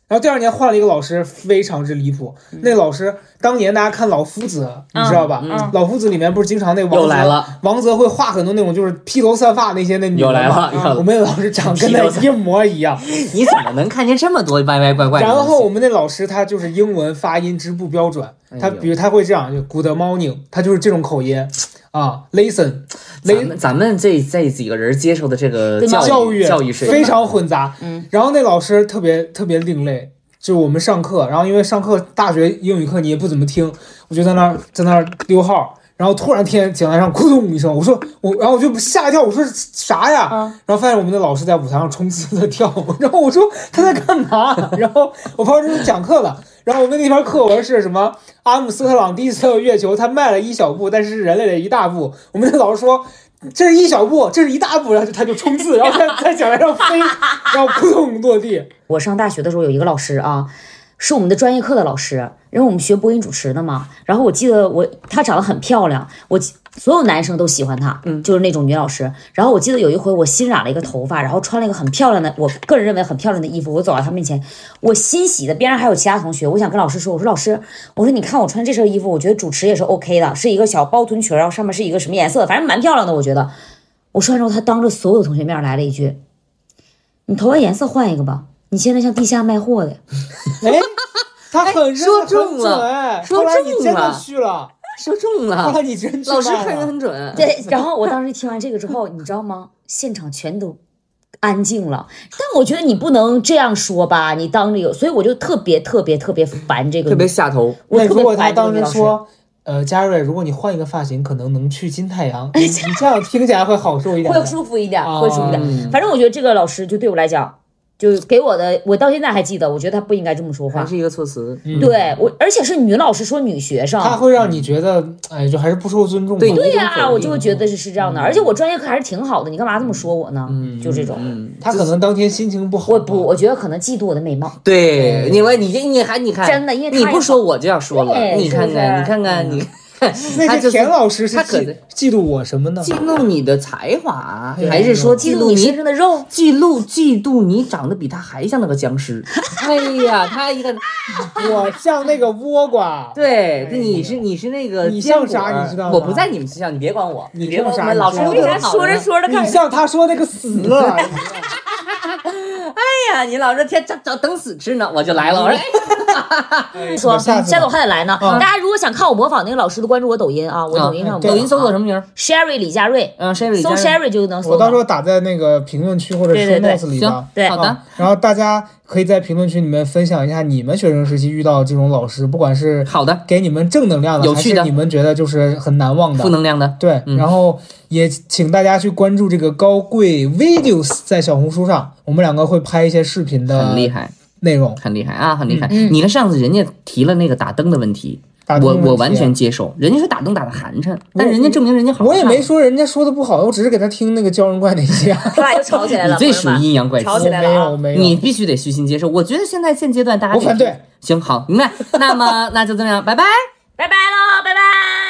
S3: 然后第二年换了一个老师，非常之离谱。那老师当年大家看《老夫子》，你知道吧？
S1: 嗯
S3: 老夫子》里面不是经常那王
S2: 又
S3: 泽
S2: 来了，
S3: 王泽会画很多那种就是披头散发那些那女的
S2: 又来
S3: 嘛
S2: 了，又来
S3: 我
S2: 了。
S3: 们老师长得跟
S2: 披
S3: 那
S2: 头散
S3: 一模一样，
S2: 你怎么能看见这么多歪歪怪怪的
S3: 然
S2: 东西？
S3: 后我们那老师他就是英文发音之不标准，他
S2: 哎呦
S3: 比如他会这样就 Good morning，他就是这种口音啊，listen，
S2: 咱
S3: listen
S2: 们咱们这这几个人接受的这个
S1: 对吗
S2: 教
S3: 教
S2: 育教育水平
S3: 非常混杂。
S1: 嗯，
S3: 然后那老师特别特别另类，就我们上课，然后因为上课大学英语课你也不怎么听，我就在那儿在那儿溜号。然后突然听讲台上咕咚一声，我说我，然后我就吓一跳，我说啥呀？
S1: 嗯
S3: 然后发现我们的老师在舞台上冲刺的跳舞，然后我说他在干嘛？然后我旁边就是讲课了，然后我们那篇课文是什么？阿姆斯特朗第一次到月球，他迈了一小步，但是是人类的一大步。我们的老师说。这是一小步，这是一大步，然后就他就冲
S2: [LAUGHS]
S3: 刺，然后在在讲台上飞，然后扑通落地。哎
S1: 我上大学的时候有一个老师啊，是我们的专业课的老师，因为我们学播音主持的嘛。然后我记得我她长得很漂亮，我所有男生都喜欢她，嗯，就是那种女老师。然后我记得有一回我新染了一个头发，然后穿了一个很漂亮的，我个人认为很漂亮的衣服，我走到她面前，我欣喜的边上还有其他同学，我想跟老师说，我说老师，我说你看我穿这身衣服，我觉得主持也是 OK 的，是一个小包臀裙，然后上面是一个什么颜色，反正蛮漂亮的，我觉得。我说完之后，他当着所有同学面来了一句：“你头发颜色换一个吧，你现在像地下卖货的。
S3: 哎，他很认
S2: 哎说
S3: 很
S2: 中
S3: 准
S2: 了
S3: 哎
S2: 说
S3: 后来你
S2: 中
S3: 真的
S2: 了
S3: 去了，
S2: 说中
S3: 后来
S2: 了，
S3: 你真去
S2: 老师
S3: 卖
S2: 看人
S3: 了
S2: 很准。
S1: 对，然后我当时听完这个之后，你知道吗？现场全都安静了。但我觉得你不能这样说吧，你当着有，所以我就特别特别特别烦这个
S2: 特
S1: 女，
S2: 别下头，
S1: 嗯我
S3: 那
S1: 特
S3: 如
S1: 别
S3: 果
S1: 烦
S3: 他
S1: 这个
S3: 当
S1: 女
S3: 时
S1: 老师。
S3: 说，呃，嘉瑞，如果你换一个发型，可能能去金太
S2: 哎
S3: 阳，你你这样听起来会好受一点
S1: 会
S3: 的。
S1: 舒服一点，会舒服一点。
S2: 嗯
S1: 反正我觉得这个老师就对我来讲，就给我的，我到现在还记得，我觉得他不应该这么说
S2: 还
S1: 话。
S2: 是一个措辞。
S3: 嗯
S1: 对我，而且是女老师说女学生，
S3: 他会让你觉得，哎，就还是不受尊重吧。
S2: 对你
S1: 对
S2: 一种
S1: 呀、
S2: 否定
S1: 我就会觉得是是这样的。而且我专业课还是挺好的，你干嘛这么说我呢？就这种，
S2: 嗯嗯，
S3: 他可能当天心情不好吧。
S1: 我不，我觉得可能嫉妒我的美貌。
S2: 对，
S3: 嗯
S2: 你看，你这你还你看，
S1: 真的因为他
S2: 你
S1: 也
S2: 不说我就要说了，
S1: 对
S2: 你看看，你
S1: 是
S2: 看看，你
S3: 那
S2: 他
S3: 些
S2: 就是
S3: 田老师是
S2: 他可
S3: 嫉嫉妒我什么呢？
S2: 嫉妒你的才华，还是说
S1: 嫉
S2: 嫉
S1: 妒
S2: 妒
S1: 你
S2: 你
S1: 身上的肉，
S2: 嫉妒嫉妒你长得比他还像那个僵尸？哎呀，他一个
S3: 我像那个倭瓜， [LAUGHS]
S2: 对，你是你是那个
S3: 哎你像
S2: 坚果
S3: 啥你知道吗
S2: 我不在你们学校，你别管我，
S3: 你
S2: 别管我
S3: 像啥
S2: 们老师
S3: 你知道
S2: 都
S3: 吗
S2: 对
S1: 为
S2: 我
S1: 啥
S2: 好
S1: 说着
S2: 呢
S1: 说着看
S3: 你像他说那个
S2: [LAUGHS]
S3: 死了，
S2: 哎呀，你老是天这这等死吃呢，我就来了。我说，哎
S1: 说，
S3: 我下次
S1: 下次我还得来呢。
S3: 嗯
S1: 大家如果想看我模仿那个老师的，关注我抖音啊，我抖音上有模
S2: 抖
S1: 仿
S2: 音搜索什么名儿？
S1: Sherry 李佳瑞，
S2: 嗯，Sherry，
S1: 搜
S2: 加上
S1: Sherry 就能搜
S3: 我到时
S1: 到。 [LAUGHS]
S3: 候打在那个评论区或者
S1: 对对
S3: show
S1: 对
S3: notes 里吧
S2: 行。，
S1: 对
S2: 好的
S3: 啊，然后大家可以在评论区里面分享一下你们学生时期遇到这种老师，不管是
S2: 好的，
S3: 给你们正能量的，
S2: 有趣的
S3: 还是你们觉得就是很难忘的
S2: 负。能嗯量的，
S3: 对，然后也请大家去关注这个高贵 videos 在小红书上，我们两个会拍一些视频的
S2: 很厉害，
S3: 内容。
S2: 很厉害啊，很厉害。你看上次人家提了那个打灯的问题，
S3: 嗯打灯
S2: 我
S3: 问题啊
S2: 我完全接受，人家说打灯打的寒碜，但
S3: 我
S2: 人家证明人家好看。
S3: 我也没说人家说的不好，我只是给他听那个教人怪那啊些。
S2: [LAUGHS]
S1: 他俩又吵起来
S2: 你
S1: 了，
S2: 最
S1: 朋友
S2: 属
S1: 们
S2: 于阴阳怪气，
S1: 吵起来了
S3: 没
S1: 啊
S3: 有没有，
S2: 你必须得虚心接受。我觉得现在现阶段大家
S3: 我反对，
S2: 行好，明白。那么那就这样，拜拜。
S1: 拜拜喽，拜拜。